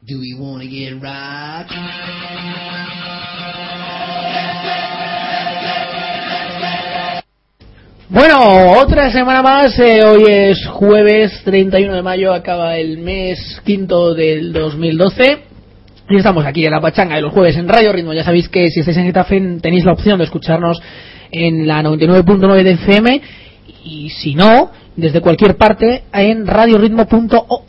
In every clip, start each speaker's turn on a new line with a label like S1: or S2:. S1: Do we want to get rocked?
S2: Bueno, otra semana más, eh, hoy es jueves 31 de mayo, acaba el mes quinto del 2012 y estamos aquí en la pachanga de los jueves en Radio Ritmo. Ya sabéis que si estáis en Getafe tenéis la opción de escucharnos en la 99.9 de FM y si no, desde cualquier parte en radioritmo.org.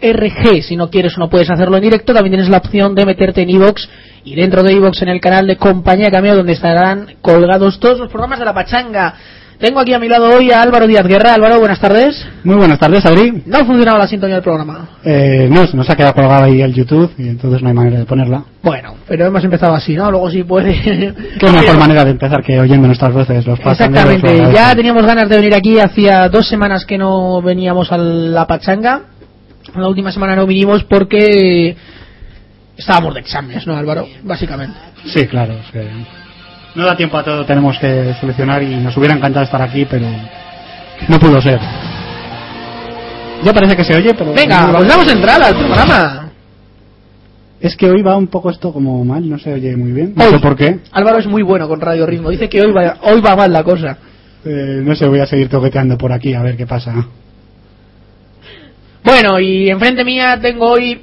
S2: Si no quieres o no puedes hacerlo en directo, también tienes la opción de meterte en iVox y dentro de iVox en el canal de Compañía Cameo donde estarán colgados todos los programas de la pachanga. Tengo aquí a mi lado hoy a Álvaro Díaz Guerra. Álvaro, buenas tardes.
S3: Muy buenas tardes, Abril.
S2: No ha funcionado la sintonía del programa.
S3: Eh, no, se nos ha quedado colgada ahí el YouTube y entonces no hay manera de ponerla.
S2: Bueno, pero hemos empezado así, ¿no? Luego sí puede.
S3: Qué mejor manera de empezar que oyendo nuestras voces los pasanderos,
S2: Exactamente,
S3: los
S2: ya
S3: agradecen.
S2: teníamos ganas de venir aquí, hacía dos semanas que no veníamos a la pachanga, la última semana no vinimos porque estábamos de exámenes, ¿no Álvaro? Básicamente.
S3: Sí, claro. es que no da tiempo a todo, tenemos que solucionar y nos hubiera encantado estar aquí, pero no pudo ser. Ya parece que se oye, pero...
S2: Venga, pues damos entrada al programa.
S3: Es que hoy va un poco esto como mal, no se oye muy bien. No
S2: Hoy.
S3: sé por qué.
S2: Álvaro es muy bueno con Radio Ritmo, dice que hoy va, hoy va mal la cosa.
S3: Eh, no sé, voy a seguir toqueteando por aquí a ver qué pasa.
S2: Bueno, y enfrente mía tengo hoy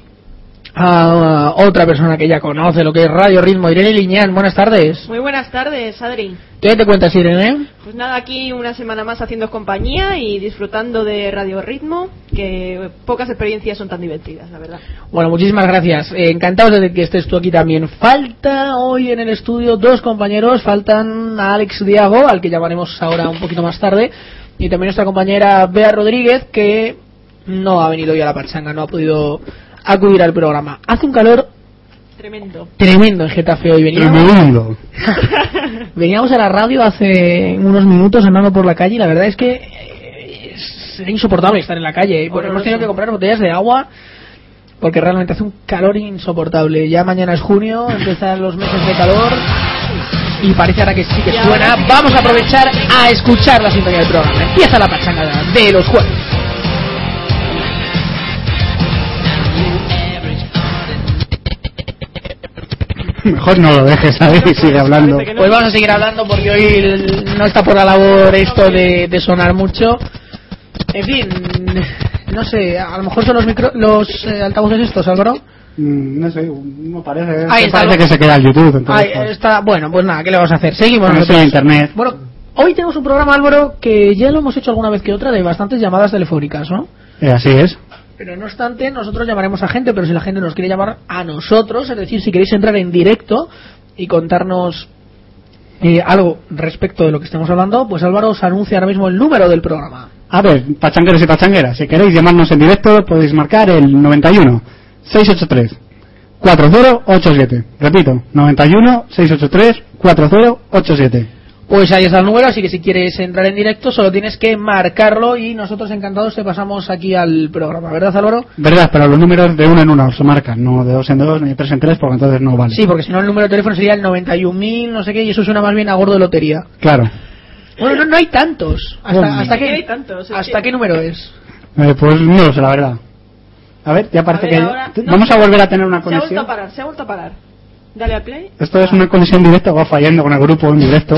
S2: a otra persona que ya conoce lo que es Radio Ritmo, Irene Liñán, buenas tardes.
S4: Muy buenas tardes, Adri.
S2: ¿Qué te cuentas Irene?
S4: Pues nada, aquí una semana más haciendo compañía y disfrutando de Radio Ritmo, que pocas experiencias son tan divertidas, la verdad.
S2: Bueno, muchísimas gracias. Eh, encantados de que estés tú aquí también. Falta hoy en el estudio dos compañeros. Faltan a Alex Diago, al que llamaremos ahora un poquito más tarde, y también nuestra compañera Bea Rodríguez, que no ha venido hoy a la pachanga, no ha podido acudir al programa. Hace un calor
S4: Tremendo.
S2: tremendo en Getafe hoy. Veníamos,
S3: Tremendo.
S2: veníamos a la radio hace unos minutos andando por la calle y la verdad es que eh, es insoportable estar en la calle. ¿eh? Bueno, hemos tenido que comprar botellas de agua porque realmente hace un calor insoportable. Ya mañana es junio, empiezan los meses de calor y parece ahora que sí que
S4: Y ahora
S2: suena.
S4: sí que
S2: Vamos a
S4: suena.
S2: aprovechar a escuchar la sintonía del programa. Empieza la pachangada de los jueves.
S3: Mejor no lo dejes ahí y sigue hablando.
S4: Parece que no.
S2: Pues vamos a seguir hablando porque hoy el- no está por la labor esto de, de sonar mucho. En fin, no sé, a lo mejor son los micro, los eh, altavoces estos, Álvaro.
S3: Mm, No sé, no parece.
S2: Ahí está,
S3: parece
S2: ¿no?
S3: que se queda el YouTube. Entonces,
S2: Ahí
S3: pues,
S2: está, bueno, pues nada, ¿qué le vamos a hacer? Seguimos
S3: conexión
S2: nosotros.
S3: a internet.
S2: Bueno, hoy tenemos un programa, Álvaro, que ya lo hemos hecho alguna vez que otra de bastantes llamadas telefónicas, ¿no?
S3: Eh, así es.
S2: Pero no obstante, nosotros llamaremos a gente, pero si la gente nos quiere llamar a nosotros, es decir, si queréis entrar en directo y contarnos eh, algo respecto de lo que estamos hablando, pues Álvaro os anuncia ahora mismo el número del programa.
S3: A ver, pachangueros y pachangueras, si queréis llamarnos en directo, podéis marcar el 91 683 4087. Repito, 91 683 4087.
S2: Pues ahí está el número, así que si quieres entrar en directo solo tienes que marcarlo y nosotros encantados te pasamos aquí al programa, ¿verdad Álvaro?
S3: Verdad, pero los números de uno en uno se marcan, no de dos en dos ni de tres en tres, porque entonces no vale.
S2: Sí, porque si no el número de teléfono sería el 91.000, no sé qué, y eso suena más bien a gordo de lotería.
S3: Claro.
S2: Bueno, no, no hay tantos. ¿Hasta,
S3: Bueno.
S2: hasta
S4: Sí,
S2: qué,
S4: hay tantos, es
S2: ¿Hasta
S4: que-
S2: qué número es?
S3: Eh, pues no lo sé, la verdad. A ver, ya parece
S4: A ver,
S3: que.
S4: ahora-
S3: T-
S4: no,
S3: Vamos a
S4: se-
S3: volver a tener una
S4: Se ha vuelto a
S3: conexión.
S4: parar, se ha vuelto a parar. Dale a play.
S3: Esto es una conexión directa, va fallando con el grupo en directo.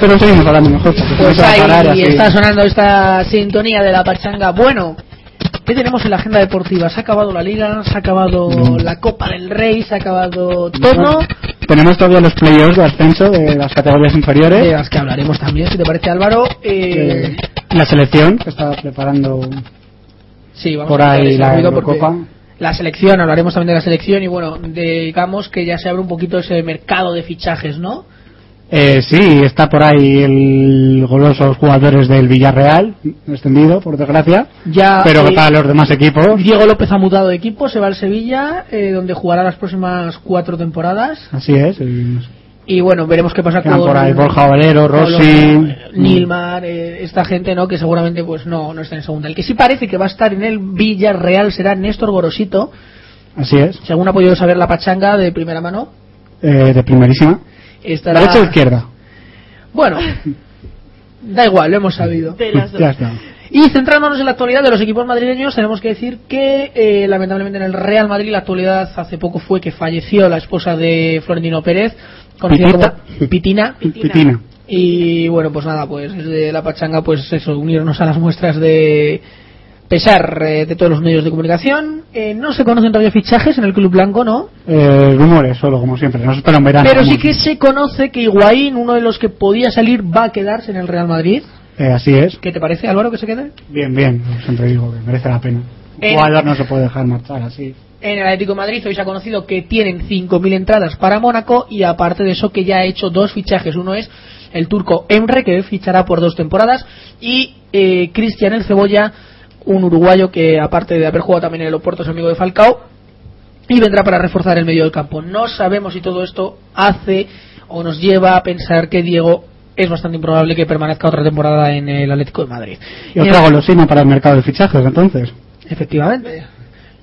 S3: Pero seguimos hablando mejor, porque
S2: Pues
S3: se va a parar
S2: ahí
S3: así.
S2: está sonando esta sintonía de la pachanga. Bueno, ¿qué tenemos en la agenda deportiva? Se ha acabado la liga, se ha acabado
S3: Mm.
S2: la Copa del Rey, se ha acabado todo.
S3: Tenemos todavía los playoffs de ascenso de las categorías
S2: De
S3: inferiores.
S2: las que hablaremos también, si te parece Álvaro. Eh,
S3: Eh, La selección que está preparando.
S2: sí, vamos
S3: por
S2: a
S3: ahí
S2: hablar
S3: la
S2: rápido porque
S3: Eurocopa.
S2: La selección, hablaremos también de la selección y bueno, digamos que ya se abre un poquito ese mercado de fichajes, ¿no?
S3: Eh, sí, está por ahí el golosos jugadores del Villarreal, extendido, por desgracia.
S2: Ya,
S3: Pero
S2: eh,
S3: para los demás equipos,
S2: Diego López ha mudado de equipo, se va al Sevilla, eh, donde jugará las próximas cuatro temporadas.
S3: así es. y
S2: Y bueno, veremos qué pasa
S3: Quedan
S2: con...
S3: por ahí Borja Valero,
S2: Pablo,
S3: Rossi. mm,
S2: Nilmar, eh, esta gente, ¿no? Que seguramente pues no, no está en segunda. El que sí parece que va a estar en el Villarreal será Néstor Gorosito,
S3: Así es.
S2: según ha podido saber la pachanga de primera mano.
S3: Eh, de primerísima.
S2: Estará...
S3: Derecha o izquierda.
S2: Bueno, da igual, lo hemos sabido.
S4: De las dos.
S3: Ya está.
S2: Y centrándonos en la actualidad de los equipos madrileños, tenemos que decir que eh, lamentablemente en el Real Madrid la actualidad hace poco fue que falleció la esposa de Florentino Pérez, conocida
S3: Pitita.
S2: como Pitina.
S4: Pitina.
S3: Pitina.
S2: Y bueno, pues nada, pues desde la pachanga, pues eso, unirnos a las muestras de pesar eh, de todos los medios de comunicación. Eh, no se conocen todavía fichajes en el Club Blanco, ¿no?
S3: Eh, rumores solo, como siempre. Nos espera un verano.
S2: Pero
S3: como-
S2: sí que se conoce que Higuaín, uno de los que podía salir, va a quedarse en el Real Madrid.
S3: Eh, así es.
S2: ¿Qué te parece, Álvaro, que se quede?
S3: Bien, bien. Siempre digo que merece la pena. Un
S2: Eh.
S3: jugador no se puede dejar marchar así.
S2: En el Atlético de Madrid hoy se ha conocido que tienen 5.000 entradas para Mónaco y aparte de eso que ya ha hecho dos fichajes. Uno es el turco Emre, que fichará por dos temporadas, y eh, Cristian El Cebolla, un uruguayo que aparte de haber jugado también en el Oporto es amigo de Falcao y vendrá para reforzar el medio del campo. No sabemos si todo esto hace o nos lleva a pensar que Diego es bastante improbable que permanezca otra temporada en el Atlético de Madrid.
S3: Y
S2: En el-
S3: otra golosina para el mercado de fichajes, entonces.
S2: Efectivamente. Eh.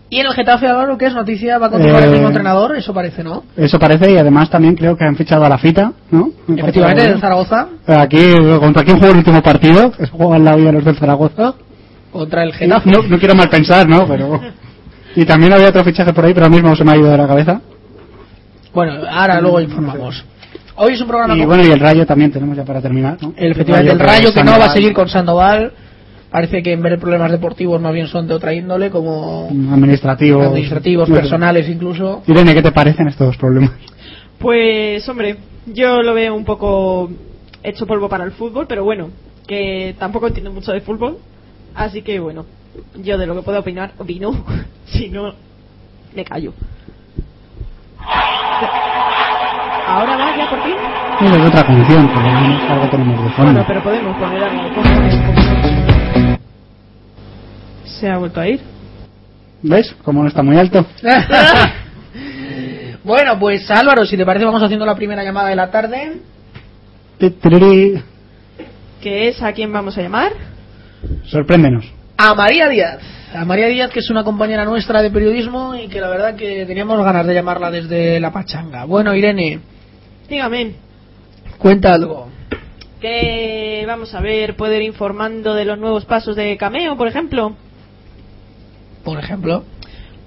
S2: Y en el Getafe, Álvaro, que es noticia, va a continuar el
S3: Eh,
S2: mismo entrenador, eso parece, ¿no?
S3: Eso parece, y además también creo que han fichado a la fita, ¿no? Me parece
S2: Efectivamente,
S3: algo
S2: del Zaragoza
S3: bueno. Aquí, ¿contra quién jugó el último partido? ¿Es jugó al lado de los del Zaragoza?
S2: contra el
S3: No,
S2: Getafe.
S3: no quiero mal pensar, ¿no? Pero... Y también había otro fichaje por ahí, pero ahora mismo se me ha ido de la cabeza.
S2: Bueno, ahora luego informamos. Hoy es un programa
S3: Y
S2: con-
S3: bueno, y el Rayo también tenemos ya para terminar, ¿no?
S2: el Festival del
S3: que
S2: Rayo, que no va a
S3: Sandoval.
S2: seguir con Sandoval. Parece que en vez de problemas deportivos más bien son de otra índole, como
S3: Administrativos.
S2: administrativos,
S3: Bueno.
S2: personales incluso.
S3: Irene, ¿qué te parecen estos dos problemas?
S4: Pues, hombre, yo lo veo un poco hecho polvo para el fútbol, pero bueno, que tampoco entiendo mucho de fútbol. Así que, bueno, yo de lo que puedo opinar, opino. si no, me callo. Ahora va, ya por fin.
S3: Esa es otra canción, por lo menos algo tenemos de fondo.
S4: Bueno, pero podemos poner algo. como- Se ha vuelto a ir.
S3: ¿Ves? Como no está muy alto.
S2: bueno, pues Álvaro, si te parece vamos haciendo la primera llamada de la tarde.
S3: Ti, tiriri.
S4: ¿Qué es? ¿A quién vamos a llamar?
S3: Sorpréndenos.
S2: a María Díaz. A María Díaz, que es una compañera nuestra de periodismo y que la verdad que teníamos ganas de llamarla desde la pachanga. Bueno, Irene,
S4: Dígame.
S2: cuenta algo.
S4: Que vamos a ver, puedo ir informando de los nuevos pasos de Cameo, por ejemplo.
S2: Por ejemplo,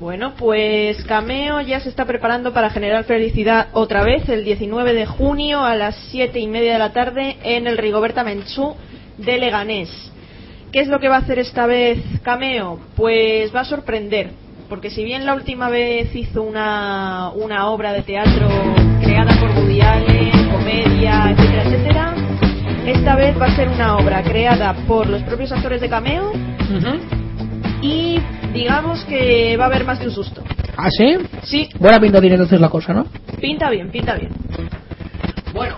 S4: Bueno, pues Cameo ya se está preparando para generar felicidad otra vez el 19 de junio a las 7 y media de la tarde en el Rigoberta Menchú de Leganés. ¿Qué es lo que va a hacer esta vez Cameo? Pues va a sorprender, porque si bien la última vez hizo una, una obra de teatro creada por Woody Allen, comedia, etcétera, etcétera, esta vez va a ser una obra creada por los propios actores de Cameo y digamos que va a haber más de un susto.
S2: ¿ah, sí?
S4: Sí,
S2: Buena pinta tiene entonces la cosa, ¿no?
S4: pinta bien, pinta bien.
S2: Bueno,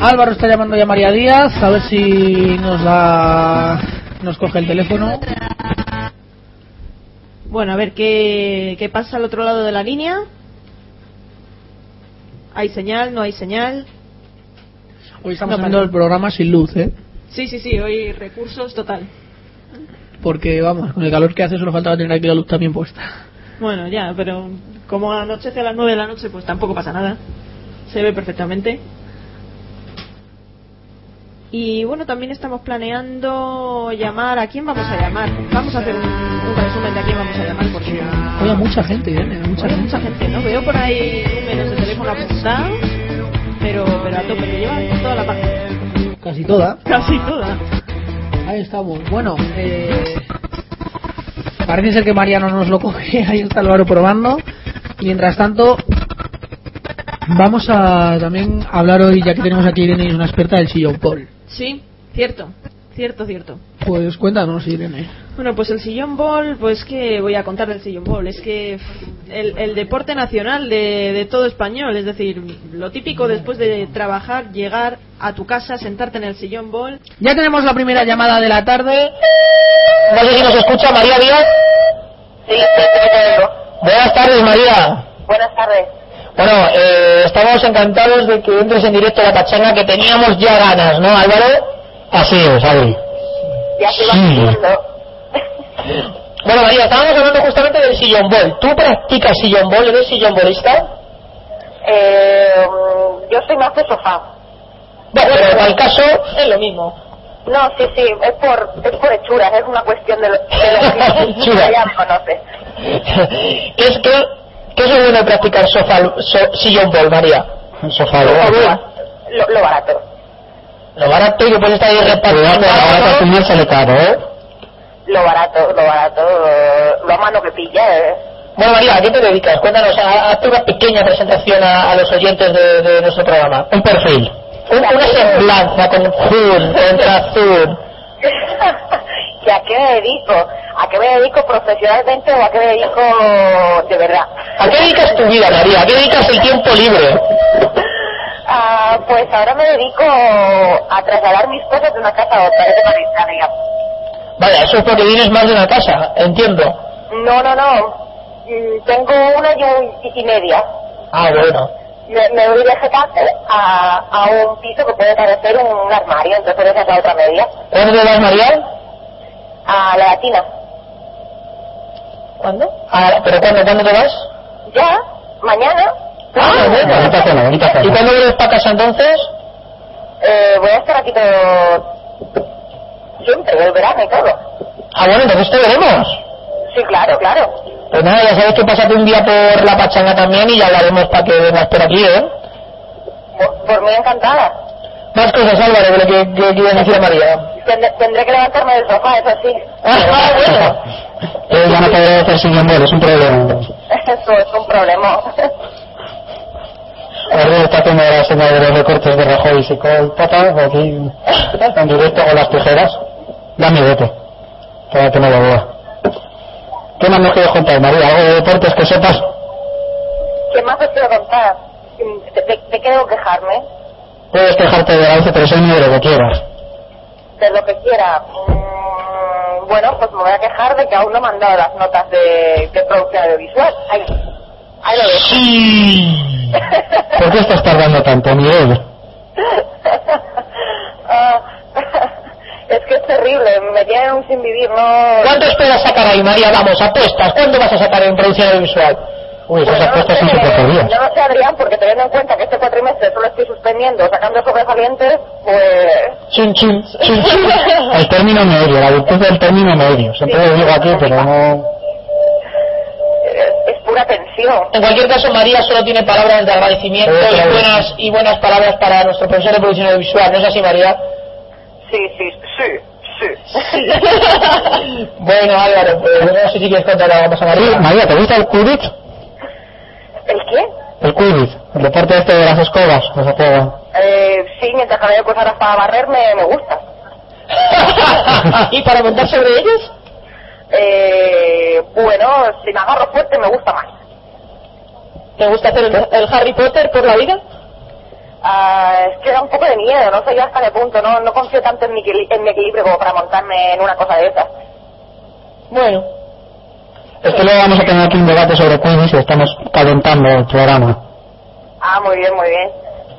S2: Álvaro está llamando ya a María Díaz, a ver si nos da. nos coge el teléfono.
S4: Bueno, a ver qué, qué pasa al otro lado de la línea. ¿Hay señal? ¿No hay señal?
S2: Hoy estamos
S4: No,
S2: haciendo
S4: vale.
S2: el programa sin luz, ¿eh?
S4: Sí, sí, sí, hoy recursos total.
S2: Porque vamos, con el calor que hace solo faltaba tener aquí la luz también puesta.
S4: Bueno, ya, pero como anochece a las 9 de la noche, pues tampoco pasa nada. Se ve perfectamente. Y bueno, también estamos planeando llamar a quién vamos a llamar. Vamos a hacer un, un resumen de a quién vamos a llamar porque
S2: Hoy hay mucha gente, Irene, hay mucha
S4: Hay
S2: gente.
S4: mucha gente, ¿no? Veo por ahí números de teléfono apuntados, pero, pero a tope, que llevan toda la página.
S2: Casi toda.
S4: Casi toda.
S2: Ahí estamos. Bueno, eh, parece ser que Mariano nos lo coge. Ahí está Álvaro probando. Mientras tanto, vamos a también hablar hoy, ya que tenemos aquí a Irene, es una experta del sillón Paul.
S4: Sí, cierto. Cierto, cierto.
S2: Pues cuéntanos, Irene.
S4: Bueno, pues el sillón ball, pues que voy a contar del sillón ball. Es que pff, el, el deporte nacional de, de todo español, es decir, lo típico después de trabajar, llegar a tu casa, sentarte en el sillón ball.
S2: Ya tenemos la primera llamada de la tarde.
S5: No sé si nos escucha María Díaz.
S6: Sí, sí, sí, te digo.
S5: Buenas tardes, María.
S6: Buenas tardes.
S5: Bueno, eh, estamos encantados de que entres en directo a la pachanga que teníamos ya ganas, ¿no, Álvaro? Así es, Adri.
S6: Ya se va
S5: Sí.
S6: siguiendo.
S5: Bueno, María, estábamos hablando justamente del sillón ball. ¿Tú practicas sillón ball? ¿Eres sillón bolista?
S6: Eh, mm, yo soy más de sofá.
S5: Bueno, bueno, en tal caso es lo mismo.
S6: No, sí, sí, es por, es por hechuras, es una cuestión de lo, de lo que
S5: Hechuras.
S6: ya me conoces.
S5: es que, ¿qué es lo bueno de practicar sofá, so- sillón ball, María? Sofá,
S6: Lo, ba- lo- lo barato.
S5: Lo barato y que puedes estar ahí repartiendo.
S6: ahora al final
S5: sale caro, ¿eh?
S6: Lo barato, lo barato, eh, lo a mano que pilla. eh.
S5: Bueno, María, ¿a qué te dedicas? Cuéntanos, ha- hazte una pequeña presentación a, a los oyentes de, de nuestro programa. Un perfil. una semblanza con Jun, contra Jun.
S6: ¿Y a qué me dedico? ¿A qué me dedico profesionalmente o a qué me dedico de verdad?
S5: ¿A qué dedicas tu vida, María? ¿A qué dedicas el tiempo libre?
S6: Ah, pues ahora me dedico a trasladar mis cosas de una casa a otra, es de Madrid, digamos.
S5: Vaya, eso es porque vienes más de una casa, entiendo.
S6: No, no, no. Mm, Tengo una y, un- y media.
S5: Ah, bueno.
S6: Me, me voy de Getafe a, a un piso que puede parecer un, un armario, entonces esa es la otra media.
S5: ¿Cuándo te vas, María?
S6: A la latina.
S5: ¿Cuándo? Ah, ¿Pero cuándo, cuándo te vas?
S6: Ya, mañana,
S5: Ah, bueno.
S3: Bonita zona, bonita zona.
S5: ¿Y cuándo vienes para casa entonces?
S6: eh, voy a estar aquí todo... Siempre, el verano y todo.
S5: Ah, bueno, entonces te veremos.
S6: Sí, claro, claro.
S5: Pues nada, ya sabes que pásate un día por la pachanga también y ya hablaremos para que vengas por aquí, ¿eh?
S6: Por, por mí encantada.
S5: Más cosas, Álvaro, de lo que, que quieres decir a María.
S6: Tendré, tendré que levantarme del sofá, eso sí.
S5: Ah, bueno. Pero ya no podré hacer sin amor, es un problema.
S6: Eso es un problema.
S5: Ahora está como la escena de los recortes de Rajoy y con el pata, aquí, en directo con las tijeras. Dame vete, para que no lo vea. ¿Qué más nos quieres contar, María? ¿Algo de deportes que sepas?
S6: ¿Qué más os quiero contar? ¿De, de, de qué debo quejarme?
S5: Puedes quejarte de la once, pero soy muy de lo que quieras.
S6: de lo que quiera. Mm, bueno, pues me voy a quejar de que aún no me han dado las notas de, de producción audiovisual. Ahí, ahí lo dejo.
S5: Sí. ¿Por qué estás tardando tanto, Miguel?
S6: Ah, es que es terrible, me tienen un sin vivir, no...
S5: ¿Cuánto esperas sacar ahí, María? Vamos, apuestas. ¿Cuánto vas a sacar en producción audiovisual? Uy,
S6: Pues no, sé, no lo sé, Adrián, porque teniendo en cuenta que este cuatrimestre solo estoy suspendiendo, sacando sobresalientes, pues...
S5: Chin, chin, chin, chin. El término medio, la virtud del término medio. Siempre lo digo aquí, pero no...
S6: eh, Es pura tensión.
S5: En cualquier caso, María solo tiene palabras de agradecimiento
S3: Sí, claro.
S5: y, buenas, y buenas palabras para nuestro profesor de producción audiovisual. ¿No es así, María?
S6: Sí, sí, sí, sí.
S5: bueno, Álvaro, pues, no sé si quieres contar algo más a María. María, ¿te gusta el Quidditch?
S6: ¿El qué?
S5: El Quidditch, el deporte este de las escobas, no se juega.
S6: Eh, sí, mientras cabello cosas para barrer me, me gusta.
S5: ¿Y para montar sobre ellos?
S6: Eh, bueno, si me agarro fuerte me gusta más.
S5: ¿Te gusta hacer el, el Harry Potter por la vida?
S6: Ah, es que da un poco de miedo, no sé yo hasta qué punto, no, no confío tanto en mi, equili- en mi equilibrio como para montarme en una cosa de esas.
S5: Bueno. Es que luego vamos a tener aquí un debate sobre Quidditch y estamos calentando el programa.
S6: Ah, muy bien, muy bien.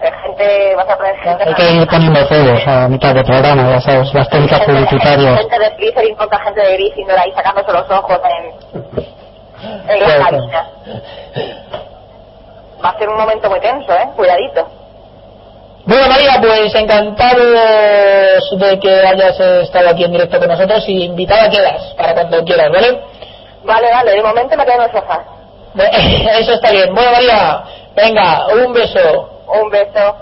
S6: Eh, gente, vas a aprender gente...
S5: Hay que ir poniendo fuegos a mitad del programa, ya sabes, las técnicas
S6: gente-
S5: publicitarias.
S6: Gente de Slytherin contra gente de Gryffindor ahí sacándose los ojos en, en
S5: Claro,
S6: la
S5: claro.
S6: cabina. Va a ser un momento muy tenso, ¿eh? Cuidadito.
S5: Bueno, María, pues encantados de que hayas eh, estado aquí en directo con nosotros y invitada quedas para cuando quieras, ¿vale?
S6: Vale, vale, de momento me quedo en el sofá.
S5: Ve- Eso está bien. Bueno, María, venga, un beso.
S6: Un beso.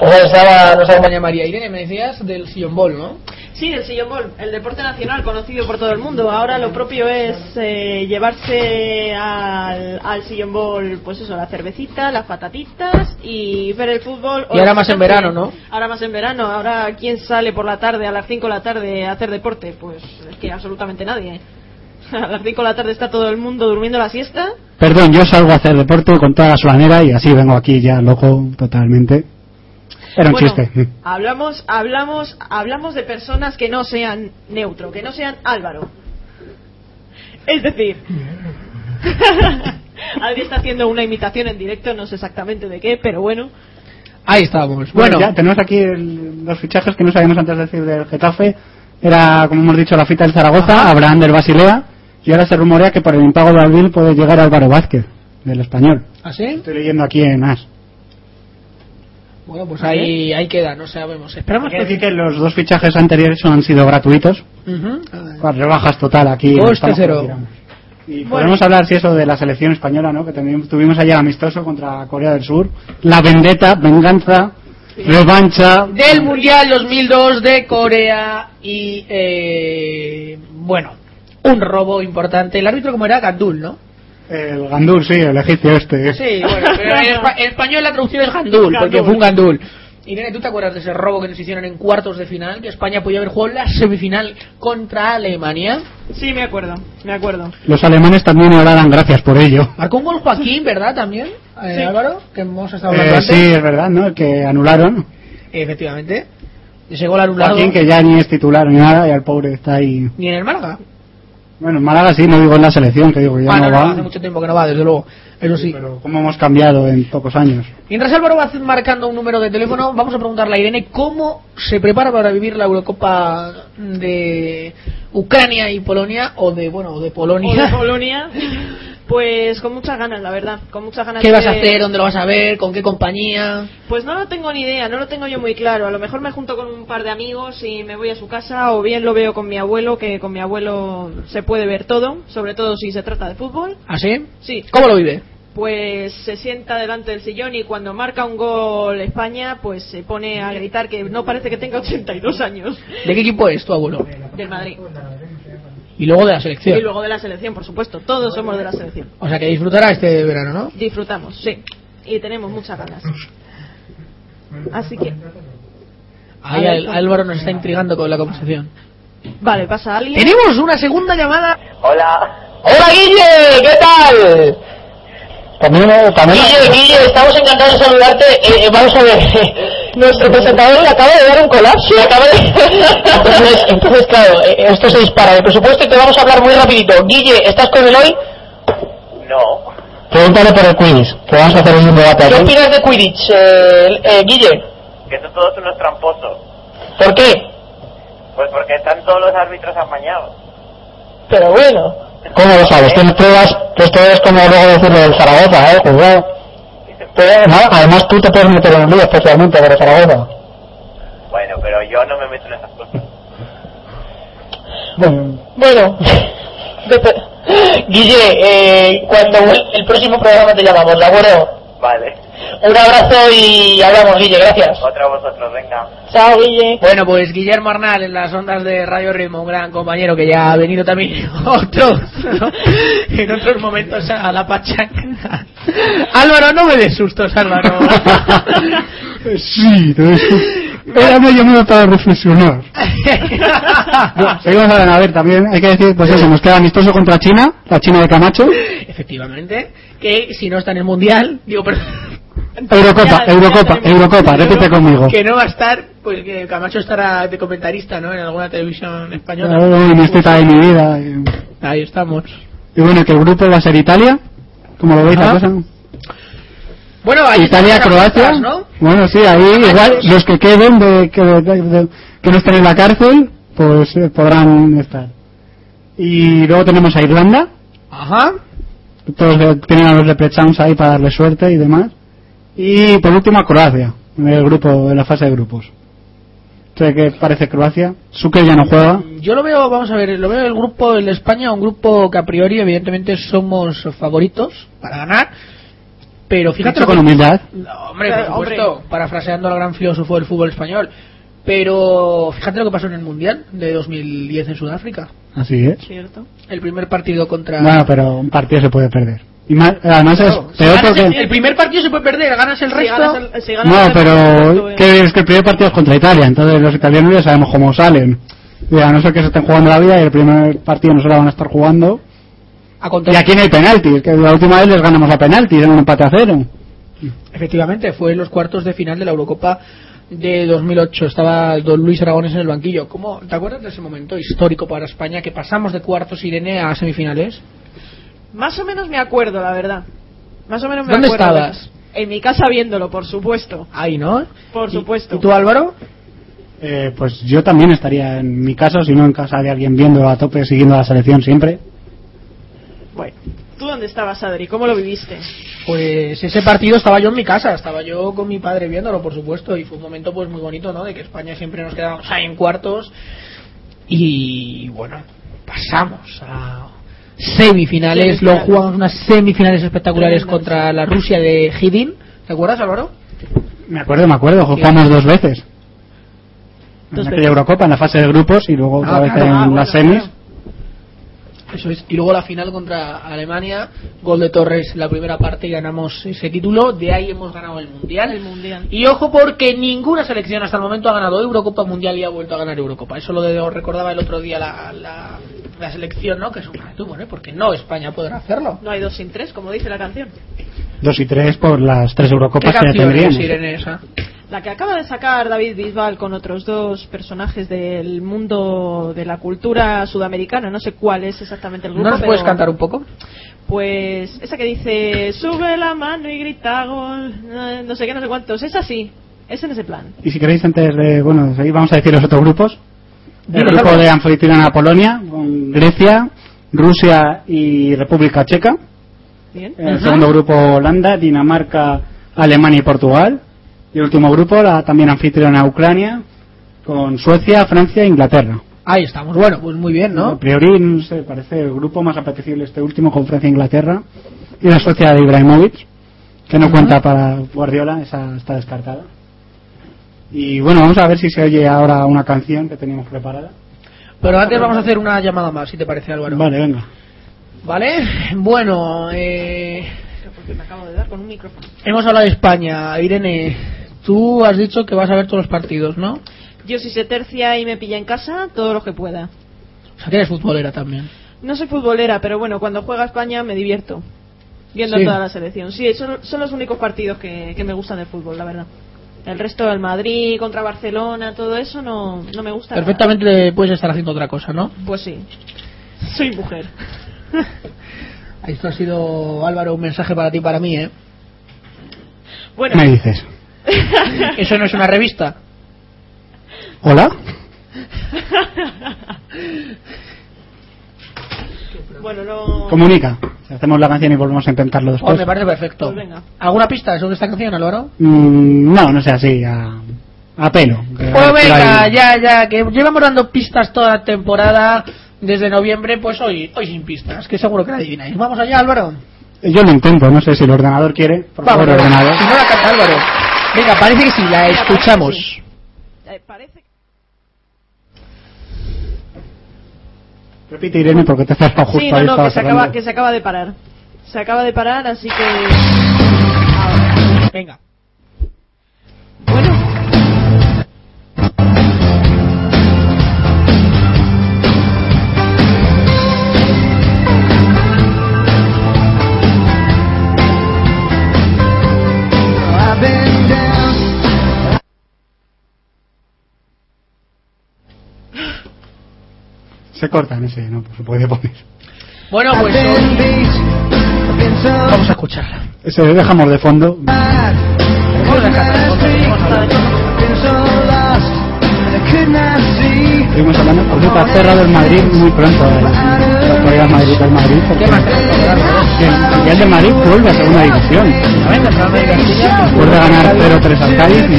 S5: Pues ahí estaba, no sé,
S2: Doña María Irene, me decías del sillón bol, ¿no?
S4: Sí, el sillón ball, el deporte nacional conocido por todo el mundo. Ahora lo propio es eh, llevarse al, al sillón ball, pues eso, la cervecita, las patatitas y ver el fútbol.
S2: Y ahora más en verano, ¿no?
S4: Ahora más en verano. Ahora, ¿quién sale por la tarde, a las 5 de la tarde, a hacer deporte? Pues es que absolutamente nadie. A las 5 de la tarde está todo el mundo durmiendo la siesta.
S3: Perdón, yo salgo a hacer deporte con toda la solanera y así vengo aquí ya loco totalmente. Era un
S4: Bueno,
S3: chiste.
S4: Hablamos, hablamos, hablamos de personas que no sean neutro, que no sean Álvaro. Es decir, alguien está haciendo una imitación en directo, no sé exactamente de qué, pero bueno.
S2: Ahí estamos.
S3: Bueno,
S2: Bueno,
S3: ya tenemos aquí el- los fichajes que no sabíamos antes de decir del Getafe. Era, como hemos dicho, la fita del Zaragoza, Abraham del Basilea. Y ahora se rumorea que por el impago de Alvil puede llegar Álvaro Vázquez, del español.
S2: ¿así?
S3: Estoy leyendo aquí en AS.
S2: Bueno, pues ahí, ahí queda, no sabemos. Esperamos
S3: Tenemos que decir
S2: que...
S3: que los dos fichajes anteriores han sido gratuitos.
S2: Ujú.
S3: Con rebajas total aquí.
S2: Coste
S3: estamos
S2: cero.
S3: como queramos. Y podemos hablar, si eso, de la selección española, ¿no? Que también tuvimos ayer amistoso contra Corea del Sur. La vendetta, venganza, revancha.
S2: Del Mundial 2002 de Corea y, eh, bueno, un robo importante. El árbitro como era Gandul, ¿no?
S3: El Gandur, sí, el egipcio este.
S2: Sí, bueno, pero en, espa- en español la traducción es Gandul, porque fue un Gandul. Irene, ¿tú te acuerdas de ese robo que nos hicieron en cuartos de final? Que España podía haber jugado la semifinal contra Alemania.
S4: Sí, me acuerdo, me acuerdo.
S3: Los alemanes también ahora dan gracias por ello.
S2: Marcó un gol Joaquín, ¿verdad? También, eh,
S4: Sí.
S2: Álvaro, que hemos estado hablando
S3: Eh,
S2: antes.
S3: sí, es verdad, ¿no? El que anularon.
S2: Efectivamente. Ese gol anulado.
S3: Joaquín, que ya ni es titular ni nada, y al pobre está ahí.
S2: Ni en el Málaga.
S3: Bueno, en Málaga sí, no digo en la selección, que digo, ya
S2: Ah, no,
S3: no,
S2: no,
S3: va.
S2: hace mucho tiempo que no va, desde luego. Eso sí.
S3: Pero cómo hemos cambiado en pocos años.
S2: Mientras Álvaro va marcando un número de teléfono, vamos a preguntarle a Irene cómo se prepara para vivir la Eurocopa de Ucrania y Polonia, o de, bueno, o de
S4: O de
S2: Polonia.
S4: Polonia, pues con muchas ganas, la verdad, con muchas ganas.
S2: ¿Qué vas a
S4: de-
S2: hacer? ¿Dónde lo vas a ver? ¿Con qué compañía?
S4: Pues no lo tengo ni idea, no lo tengo yo muy claro. A lo mejor me junto con un par de amigos y me voy a su casa o bien lo veo con mi abuelo, que con mi abuelo se puede ver todo, sobre todo si se trata de fútbol.
S2: ¿Así?
S4: ¿Ah, Sí,
S2: ¿Cómo lo vive?
S4: pues se sienta delante del sillón y cuando marca un gol España, pues se pone a gritar que no parece que tenga 82 años
S2: ¿De qué equipo es tu abuelo?
S4: del Madrid.
S2: Y luego de la selección.
S4: Y luego de la selección, por supuesto, todos somos de la selección.
S2: O sea que disfrutará este verano, ¿no?
S4: Disfrutamos, sí, y tenemos muchas ganas. Así que,
S2: Ahí Al- Álvaro nos está intrigando con la conversación.
S4: vale, pasa alguien.
S2: Tenemos una segunda llamada.
S6: Hola.
S5: ¡Hola, Guille! ¿Qué tal?
S3: También, también
S5: Guille, Guille, estamos encantados de saludarte. Eh, eh, vamos a ver, nuestro presentador le acaba de dar un colapso. Acaba de... entonces, entonces, claro, eh, esto se dispara. El presupuesto y te vamos a hablar muy rapidito. Guille, ¿estás con él hoy?
S6: No.
S3: pregúntale por el quiz, que vamos a hacer un debate
S5: ¿Qué
S3: aquí.
S5: opinas de Quidditch, eh, eh, Guille?
S6: Que son todos unos tramposos.
S5: ¿Por qué?
S6: Pues porque están todos los árbitros amañados.
S5: Pero bueno.
S3: ¿Cómo lo sabes? ¿Tienes pruebas? Pues todo es como luego decirlo del Zaragoza, ¿eh? Cuidado. Pero, ¿no? Además tú te puedes meter en el lío especialmente por el Zaragoza.
S6: Bueno, pero yo no me meto en esas cosas.
S3: Bueno,
S5: Bueno. Guille, eh, cuando vuel- el próximo programa te llamamos, ¿de acuerdo?
S6: Vale.
S5: Un abrazo y hablamos, Guille, gracias.
S6: Otra vosotros, venga.
S5: Chao, Guille.
S2: Bueno, pues Guillermo Arnal en las ondas de Radio Ritmo, un gran compañero que ya ha venido también otros, en otros momentos a la pachanga. Álvaro, no me des sustos, Álvaro.
S3: sí, todo eso. Era una llamada para reflexionar. Bueno, seguimos a ver, a ver, también hay que decir, pues eso, nos queda amistoso contra China, la China de Camacho.
S2: Efectivamente, que si no está en el mundial, digo, perdón,
S3: Eurocopa, Eurocopa, Eurocopa, repite conmigo.
S2: que no va a estar, pues que Camacho estará de comentarista, ¿no? En alguna televisión española.
S3: Uy, me estoy de mi vida. eh.
S2: Ahí estamos.
S3: Y bueno, que el grupo va a ser Italia, como lo veis la
S2: Ajá.
S3: cosa.
S2: Bueno, ahí están
S3: Italia,
S2: las
S3: Croacia.
S2: apuestas, ¿no?
S3: Bueno, sí, ahí igual los que queden de, que, de- de- que no estén en la cárcel, pues eh, podrán estar. Y luego tenemos a Irlanda,
S2: Ajá.
S3: todos eh, tienen a los Leprechauns ahí para darle suerte y demás. Y por último a Croacia, en el grupo, en la fase de grupos. Sé que parece Croacia, Zucker ya no juega.
S2: Yo lo veo, vamos a ver, lo veo el grupo en España, un grupo que a priori evidentemente somos favoritos para ganar, Pero fíjate lo
S3: Dicho
S2: que-
S3: con humildad.
S2: No, hombre, por
S4: Eh, hombre.
S2: supuesto, parafraseando al gran filósofo del fútbol español. Pero fíjate lo que pasó en el Mundial de 2010 en Sudáfrica.
S3: Así es.
S4: ¿Cierto?
S2: El primer partido contra...
S3: Bueno, pero un partido se puede perder. Y más- además
S2: Claro,
S3: es
S2: si
S3: peor
S2: ganas el, el
S3: porque...
S2: primer partido se puede perder, ganas el
S4: Si
S2: resto...
S4: ganas el- si ganas
S3: No,
S4: el partido,
S3: pero
S4: eh,
S3: que es que el primer partido es contra Italia, entonces los italianos ya sabemos cómo salen. Y a no ser que se estén jugando la vida y el primer partido no se la van a estar jugando.
S2: A contra-
S3: Y aquí no hay penaltis, que la última vez les ganamos a penaltis en un empate a cero.
S2: Efectivamente, fue en los cuartos de final de la Eurocopa de 2008. Estaba don Luis Aragones en el banquillo. ¿Cómo, ¿Te acuerdas de ese momento histórico para España que pasamos de cuartos Irene a semifinales?
S4: Más o menos me acuerdo, la verdad. Más o menos me
S2: ¿Dónde
S4: acuerdo.
S2: estabas?
S4: En mi casa viéndolo, por supuesto.
S2: Ahí, ¿no?
S4: Por
S2: ¿Y-
S4: supuesto.
S2: ¿Y tú, Álvaro?
S3: Eh, pues yo también estaría en mi caso, si no en casa de alguien viendo a tope, siguiendo a la selección siempre.
S4: Bueno, ¿tú dónde estabas, Adri? ¿Cómo lo viviste?
S2: Pues ese partido estaba yo en mi casa, estaba yo con mi padre viéndolo, por supuesto, y fue un momento pues muy bonito, ¿no? De que España siempre nos quedábamos ahí en cuartos y bueno, pasamos a semifinales,
S4: Semifinales.
S2: luego jugamos unas semifinales espectaculares
S4: Tremendas.
S2: contra la Rusia de Hidin, ¿te acuerdas, Álvaro?
S3: Me acuerdo, me acuerdo, jugamos dos veces. En
S4: Dos
S3: aquella
S4: veces.
S3: Eurocopa, en la fase de grupos y luego otra
S2: Ah,
S3: vez
S2: claro,
S3: en
S2: ah, bueno,
S3: las semis.
S2: claro. Eso es. Y luego la final contra Alemania, gol de Torres en la primera parte y ganamos ese título. De ahí hemos ganado el Mundial.
S4: El Mundial.
S2: Y ojo porque ninguna selección hasta el momento ha ganado Eurocopa Mundial y ha vuelto a ganar Eurocopa. Eso lo, de- lo recordaba el otro día la, la, la selección, ¿no? Que es un tú, bueno, ¿eh? porque no España podrá hacerlo.
S4: No hay dos sin tres, como dice la canción.
S3: Dos y tres por las tres
S2: ¿Qué
S3: Eurocopas que ya
S2: canción es,
S3: tendríamos.
S2: Irene, esa?
S4: La que acaba de sacar David Bisbal con otros dos personajes del mundo de la cultura sudamericana. No sé cuál es exactamente el grupo.
S2: ¿No nos
S4: pero-
S2: puedes cantar un poco?
S4: Pues esa que dice, sube la mano y grita gol, eh, no sé qué, no sé cuántos. Es así, es en ese plan.
S3: Y si queréis, antes de. Bueno, de seguir, vamos a decir los otros grupos. El
S2: Dilo,
S3: grupo
S2: Álvaro.
S3: de anfitriona Polonia, con Grecia, Rusia y República Checa.
S4: Bien.
S2: Eh.
S3: En el segundo grupo Holanda, Dinamarca, Alemania y Portugal. Y el último grupo, la también anfitriona Ucrania, con Suecia, Francia e Inglaterra.
S2: Ahí estamos. Bueno, pues muy bien,
S3: A
S2: ¿no?
S3: priori, no sé, parece el grupo más apetecible este último con Francia e Inglaterra. Y la Suecia de Ibrahimovic, que no
S2: Ujú.
S3: cuenta para Guardiola, esa está descartada. Y bueno, vamos a ver si se oye ahora una canción que teníamos preparada.
S2: Pero antes vamos a hacer una llamada más, si te parece, Álvaro.
S3: Vale, venga.
S2: ¿Vale? Bueno, eh,
S4: Porque me acabo de dar con un micrófono.
S2: hemos hablado de España. Irene, tú has dicho que vas a ver todos los partidos, ¿no?
S4: Yo si se tercia y me pilla en casa, todo lo que pueda.
S2: O sea, que eres futbolera también.
S4: No soy futbolera, pero bueno, cuando juega España me divierto. Viendo
S2: Sí.
S4: toda la selección. Sí, son, son los únicos partidos que, que me gustan del fútbol, la verdad. El resto del Madrid contra Barcelona, todo eso no, no me gusta. nada.
S2: Perfectamente puedes estar haciendo otra cosa, ¿no?
S4: Pues sí. Soy mujer.
S2: Esto ha sido, Álvaro, un mensaje para ti y para mí, ¿eh?
S4: Bueno,
S3: Me dices.
S2: Eso no es una revista.
S3: ¿Hola?
S4: bueno, no.
S3: Comunica. Hacemos la canción y volvemos a intentarlo
S2: Oh,
S3: después.
S2: me parece perfecto.
S4: Pues venga.
S2: ¿Alguna pista sobre esta canción, Álvaro?
S3: Mm, no, no sea así, a, a pelo. Que-
S2: Pues
S3: que
S2: venga,
S3: hay-
S2: ya, ya, que llevamos dando pistas toda la temporada desde noviembre, pues hoy, hoy sin pistas, que seguro que la adivináis. Vamos allá, Álvaro.
S3: Yo lo intento, no sé si el ordenador quiere. Por favor,
S2: Vamos, venga.
S3: ordenador.
S2: Si no la canta Álvaro. Venga, parece que sí, la
S4: Venga,
S2: escuchamos.
S4: parece Eh, parece que-
S3: Repite, Irene, porque te has pasado justo
S4: Sí, no,
S3: ahí
S4: no,
S3: estaba
S4: que se, acaba,
S3: cerrando.
S4: que se acaba de parar. Se acaba de parar, así que.
S2: Venga.
S4: Bueno,
S3: Se corta, no sé, no se puede poner.
S2: Bueno, pues vamos a escucharla.
S3: Ese lo dejamos de fondo.
S2: Vamos a cantar con todos, vamos a hablar.
S3: Seguimos hablando, por cierto, ha cerrado el Madrid muy pronto. eh. La Corea Madrid del Madrid. Porque
S2: ¿Qué más tenemos que hablar?
S3: que el Mundial de Madrid vuelve a segunda división.
S2: A ver, nos vamos a ir a Castilla.
S3: Vuelve a ganar 0-3 al Cádiz y 5-1.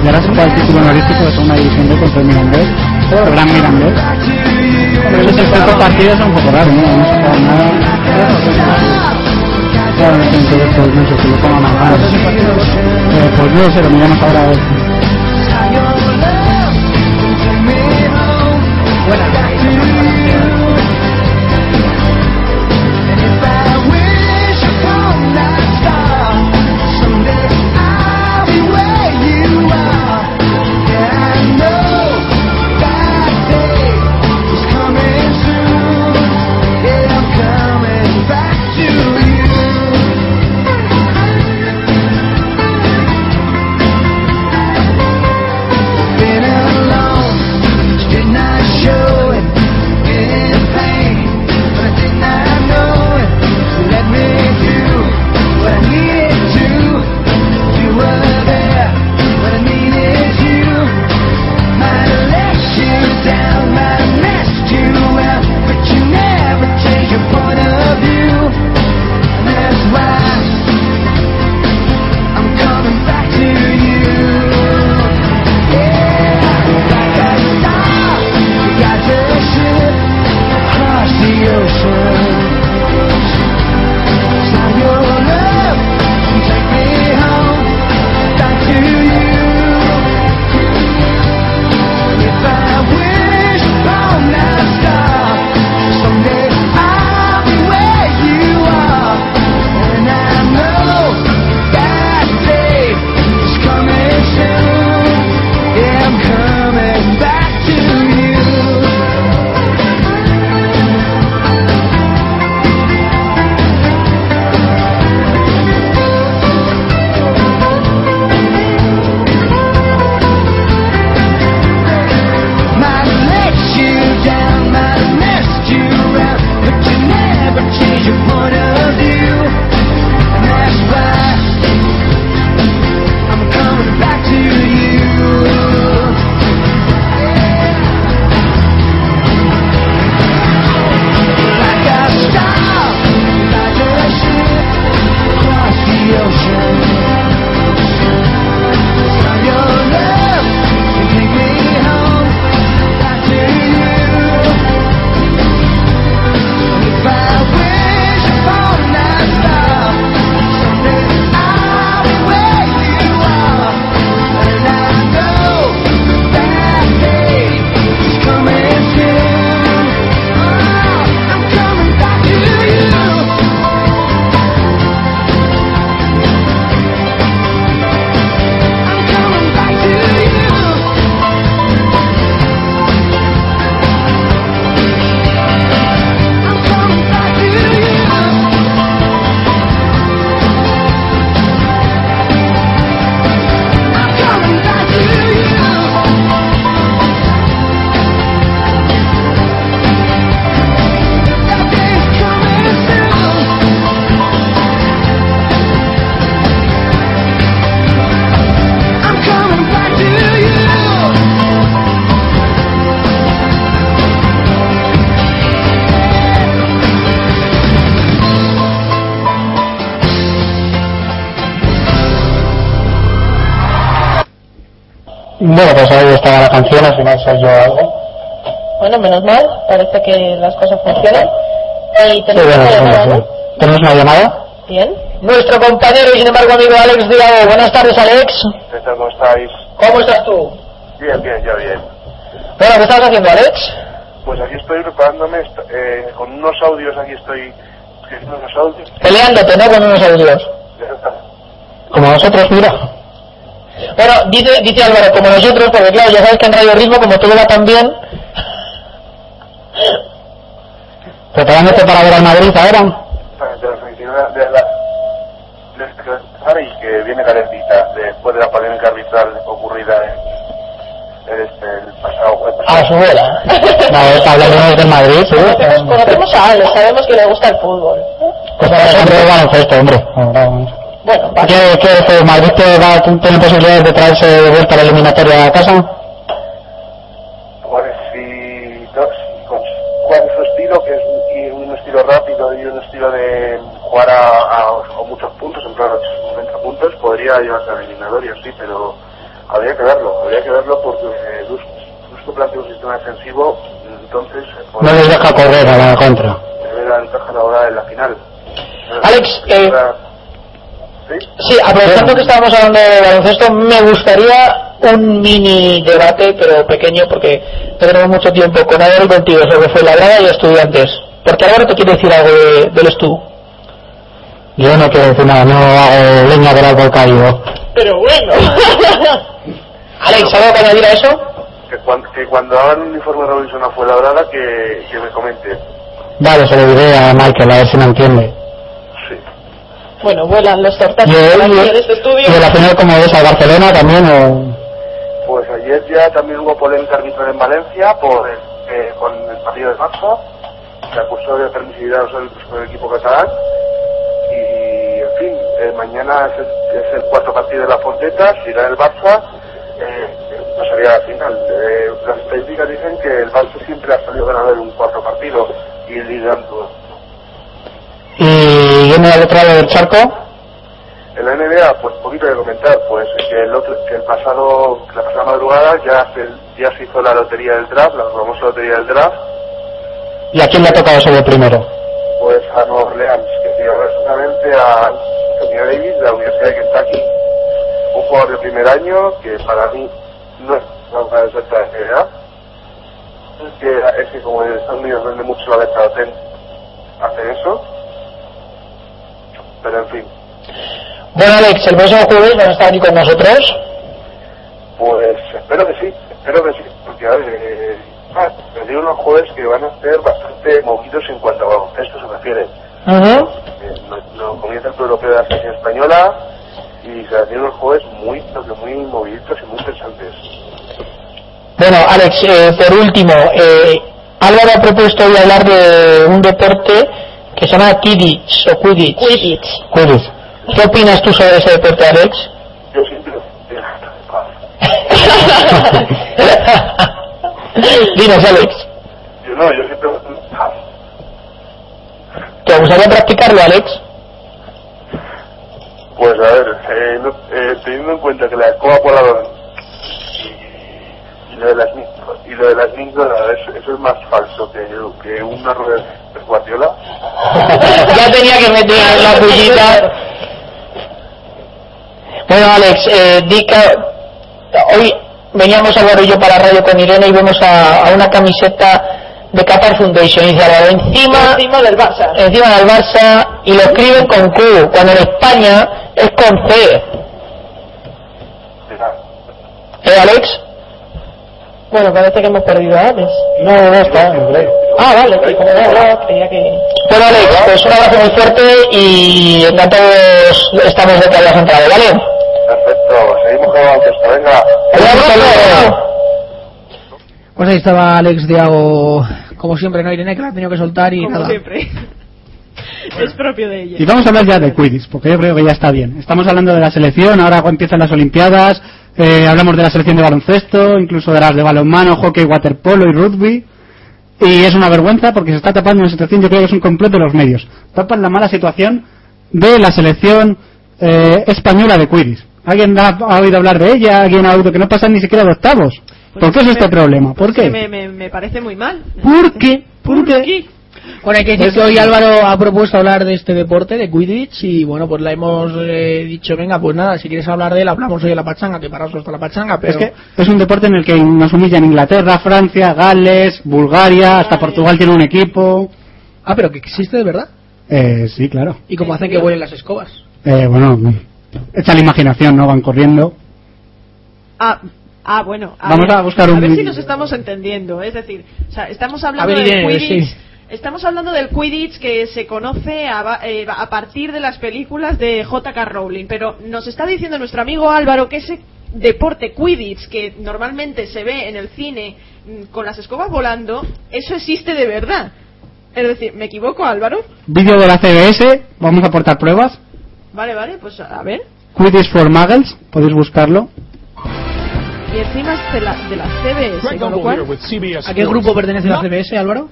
S3: Y ahora se juega el título honorífico de segunda división de contra el Mirandés. El gran Mirandés. Pero esos cuatro partidos son un poco raros, ¿no? No se juega nada. pues, cuadra de gente de estos muchos que lo pongan más mal. Eh, pues no lo sé, lo miramos ahora a ver.
S2: Bueno, pues ahí estaba la canción, al final soy yo algo.
S5: Bueno, menos mal, parece que las cosas funcionan. Y
S2: Sí,
S5: tenemos
S2: bueno,
S5: una
S2: bueno,
S5: llamada,
S2: bueno.
S5: ¿no?
S2: ¿Tenemos una llamada?
S5: Bien.
S2: Nuestro compañero y sin embargo amigo Alex Diago. Buenas tardes, Alex.
S7: ¿Qué tal, cómo estáis?
S2: ¿Cómo estás tú?
S7: Bien, bien, yo bien.
S2: Bueno, ¿qué estás haciendo, Alex?
S7: Pues aquí estoy preparándome est- eh, con unos audios, aquí estoy escribiendo unos audios.
S2: Peleándote, ¿no? Con unos audios. Como nosotros, mira. Bueno, dice, dice Álvaro, como nosotros, porque claro, ya sabes que en Radio Ritmo, como todo va tan bien... ¿Preparándote este para ver al Madrid ahora?
S7: de la felicidad de la de la- y que viene calentita después de la polémica arbitral ocurrida en, en este, el pasado el
S2: A su
S7: pasado-
S2: bola. Vale, está hablando del Madrid, ¿sí?
S5: Conocemos, conocemos a Alex, sabemos que le gusta el fútbol.
S2: Pues ahora siempre es baloncesto, hombre.
S5: Bueno, va-
S2: ¿Qué, qué, que Madrid te va, tiene posibilidades de traerse de vuelta la eliminatoria a casa?
S7: pues si no, si con cuál es su estilo que es un- y un estilo rápido y un estilo de jugar a, a- con muchos puntos en plan 90 puntos podría llevarse al eliminatorio sí pero habría que verlo habría que verlo porque eh, Lus- Lusco plantea un sistema defensivo entonces eh,
S2: No les deja correr a la contra.
S7: se ve la ventaja ahora en la final.
S5: Alex, eh,
S7: ¿Sí?
S5: Sí, aprovechando que estábamos hablando de baloncesto, me gustaría un mini debate, pero pequeño, porque no tenemos mucho tiempo con Álvaro y contigo sobre Fuenlabrada y estudiantes. Porque Álvaro te quiere decir algo de, del Estu. Yo no quiero decir nada, no hago leña del árbol caído. Pero bueno. Alex, ¿algo que añadir a eso?
S7: Que, cuan- que cuando hagan un informe de Robinson a Fuenlabrada que, que me comenten.
S5: Vale, se lo diré a Michael, a ver si me entiende.
S7: Sí.
S5: Bueno, vuelan las tortas de este estudio. Y la final como es a Barcelona también o...
S7: Pues ayer ya también hubo polémica arbitral en Valencia por el- eh, con el partido de marzo. Se acusó de permisividad al el equipo catalán. Y, en fin, eh, mañana es el, es el cuarto partido de la Fonteta, si gana el Barça, eh, no sería la final. Eh, las estadísticas dicen que el Barça siempre ha salido ganador en un cuarto partido y liderando.
S5: y yendo al otro lado del charco,
S7: En la NBA, pues poquito de comentar, pues que el, otro- que el pasado, que la pasada madrugada ya se, ya se hizo la lotería del draft, la famosa lotería del draft,
S5: ¿y a quién le ha tocado ser el primero?
S7: pues a Nueva Orleans, que dio recientemente a Antonio Davis de la Universidad de Kentucky, un jugador de primer año que para mí no es una jugada exacta de NBA, que es que como en Estados Unidos vende mucho la venta hotel, hace eso, pero en fin,
S5: Bueno, Alex, el próximo jueves vas a estar aquí con nosotros.
S7: Pues espero que sí, espero que sí, porque a ver, eh, ah, me digo unos jueves que van a ser bastante movidos en cuanto a baloncesto se refiere. Eh, no- no comienza el europeo de la selección española y se hacen unos jueves muy, pero que muy moviditos y muy interesantes.
S5: Bueno, Alex, eh, por último, eh, Álvaro ha propuesto hoy hablar de un deporte que se llama Kidditch o Quidditch. Quidditch. ¿Qué opinas tú sobre ese deporte, Alex?
S7: Yo siempre...
S5: Dinos, Alex.
S7: Yo no, yo siempre... ah,
S5: ¿Te gustaría practicarlo, Alex?
S7: Pues a ver, eh, no- eh, teniendo en cuenta que la escoba voladora y lo de las micro- y lo de las micro, eso, eso es más falso que, que una rueda de guardiola.
S5: ya tenía que meter la pullita. Bueno, Alex, eh, di que hoy veníamos Álvaro y yo para radio con Irene y vemos a, a una camiseta de Qatar Foundation y dice Álvaro, encima, encima del Barça. Encima del Barça y lo escriben con Q, cuando en España es con C.
S7: Mira,
S5: ¿Eh, Alex? Bueno, parece que hemos perdido a Alex. No, no, está en play. Ah, vale, sí, como no hablaba, creía que... Bueno, Alex, pues un abrazo muy fuerte y encantados estamos de que hayas entrado, ¿vale?
S7: Perfecto, seguimos con la orquesta, venga.
S5: ¡Un abrazo!
S2: Pues ahí estaba Alex Diago, como siempre, no Irene, que la ha tenido que soltar y
S4: Como
S2: nada.
S4: siempre. es propio de ella.
S3: Y vamos a hablar ya de Quidditch, porque yo creo que ya está bien. Estamos hablando de la selección, ahora empiezan las Olimpiadas, eh, hablamos de la selección de baloncesto, incluso de las de balonmano, hockey, waterpolo y rugby. Y es una vergüenza porque se está tapando una situación, yo creo que es un complot de los medios. Tapan la mala situación de la selección eh, española de Quidditch. ¿Alguien ha, ha oído hablar de ella? ¿Alguien ha oído que no pasan ni siquiera de octavos?
S4: Pues
S3: ¿Por qué es
S4: me-
S3: este problema? ¿Por
S4: pues que
S3: qué?
S4: Me, me, me parece muy mal.
S3: ¿Por qué? ¿Por
S4: ¿Por
S3: qué?
S4: qué?
S2: Bueno, hay que decir que hoy Álvaro ha propuesto hablar de este deporte, de Quidditch, y bueno, pues la hemos eh, dicho, venga, pues nada, si quieres hablar de él, hablamos hoy de la pachanga, que para eso está la pachanga, pero...
S3: Es que es un deporte en el que nos humillan Inglaterra, Francia, Gales, Bulgaria, hasta Portugal tiene un equipo.
S2: Ah, pero que existe de verdad.
S3: Eh, sí, claro.
S2: ¿Y cómo hacen que vuelen las escobas?
S3: Eh, bueno, echa la imaginación, ¿no? Van corriendo.
S4: Ah, ah, bueno.
S3: Vamos a buscar un-
S4: ver si nos estamos entendiendo. Es decir, o sea, estamos hablando
S2: A ver,
S4: del
S2: Irene,
S4: Quidditch.
S2: sí.
S4: Estamos hablando del Quidditch que se conoce a, ba- eh, a partir de las películas de J.K. Rowling, pero nos está diciendo nuestro amigo Álvaro que ese deporte Quidditch que normalmente se ve en el cine mm, con las escobas volando, eso existe de verdad. Es decir, ¿me equivoco, Álvaro?
S3: Vídeo de la CBS, vamos a aportar pruebas.
S4: Vale, vale, pues a ver.
S3: Quidditch for Muggles, podéis buscarlo.
S4: Y encima es de la, de la CBS, con lo cual...
S2: ¿A qué grupo pertenece la CBS, Álvaro?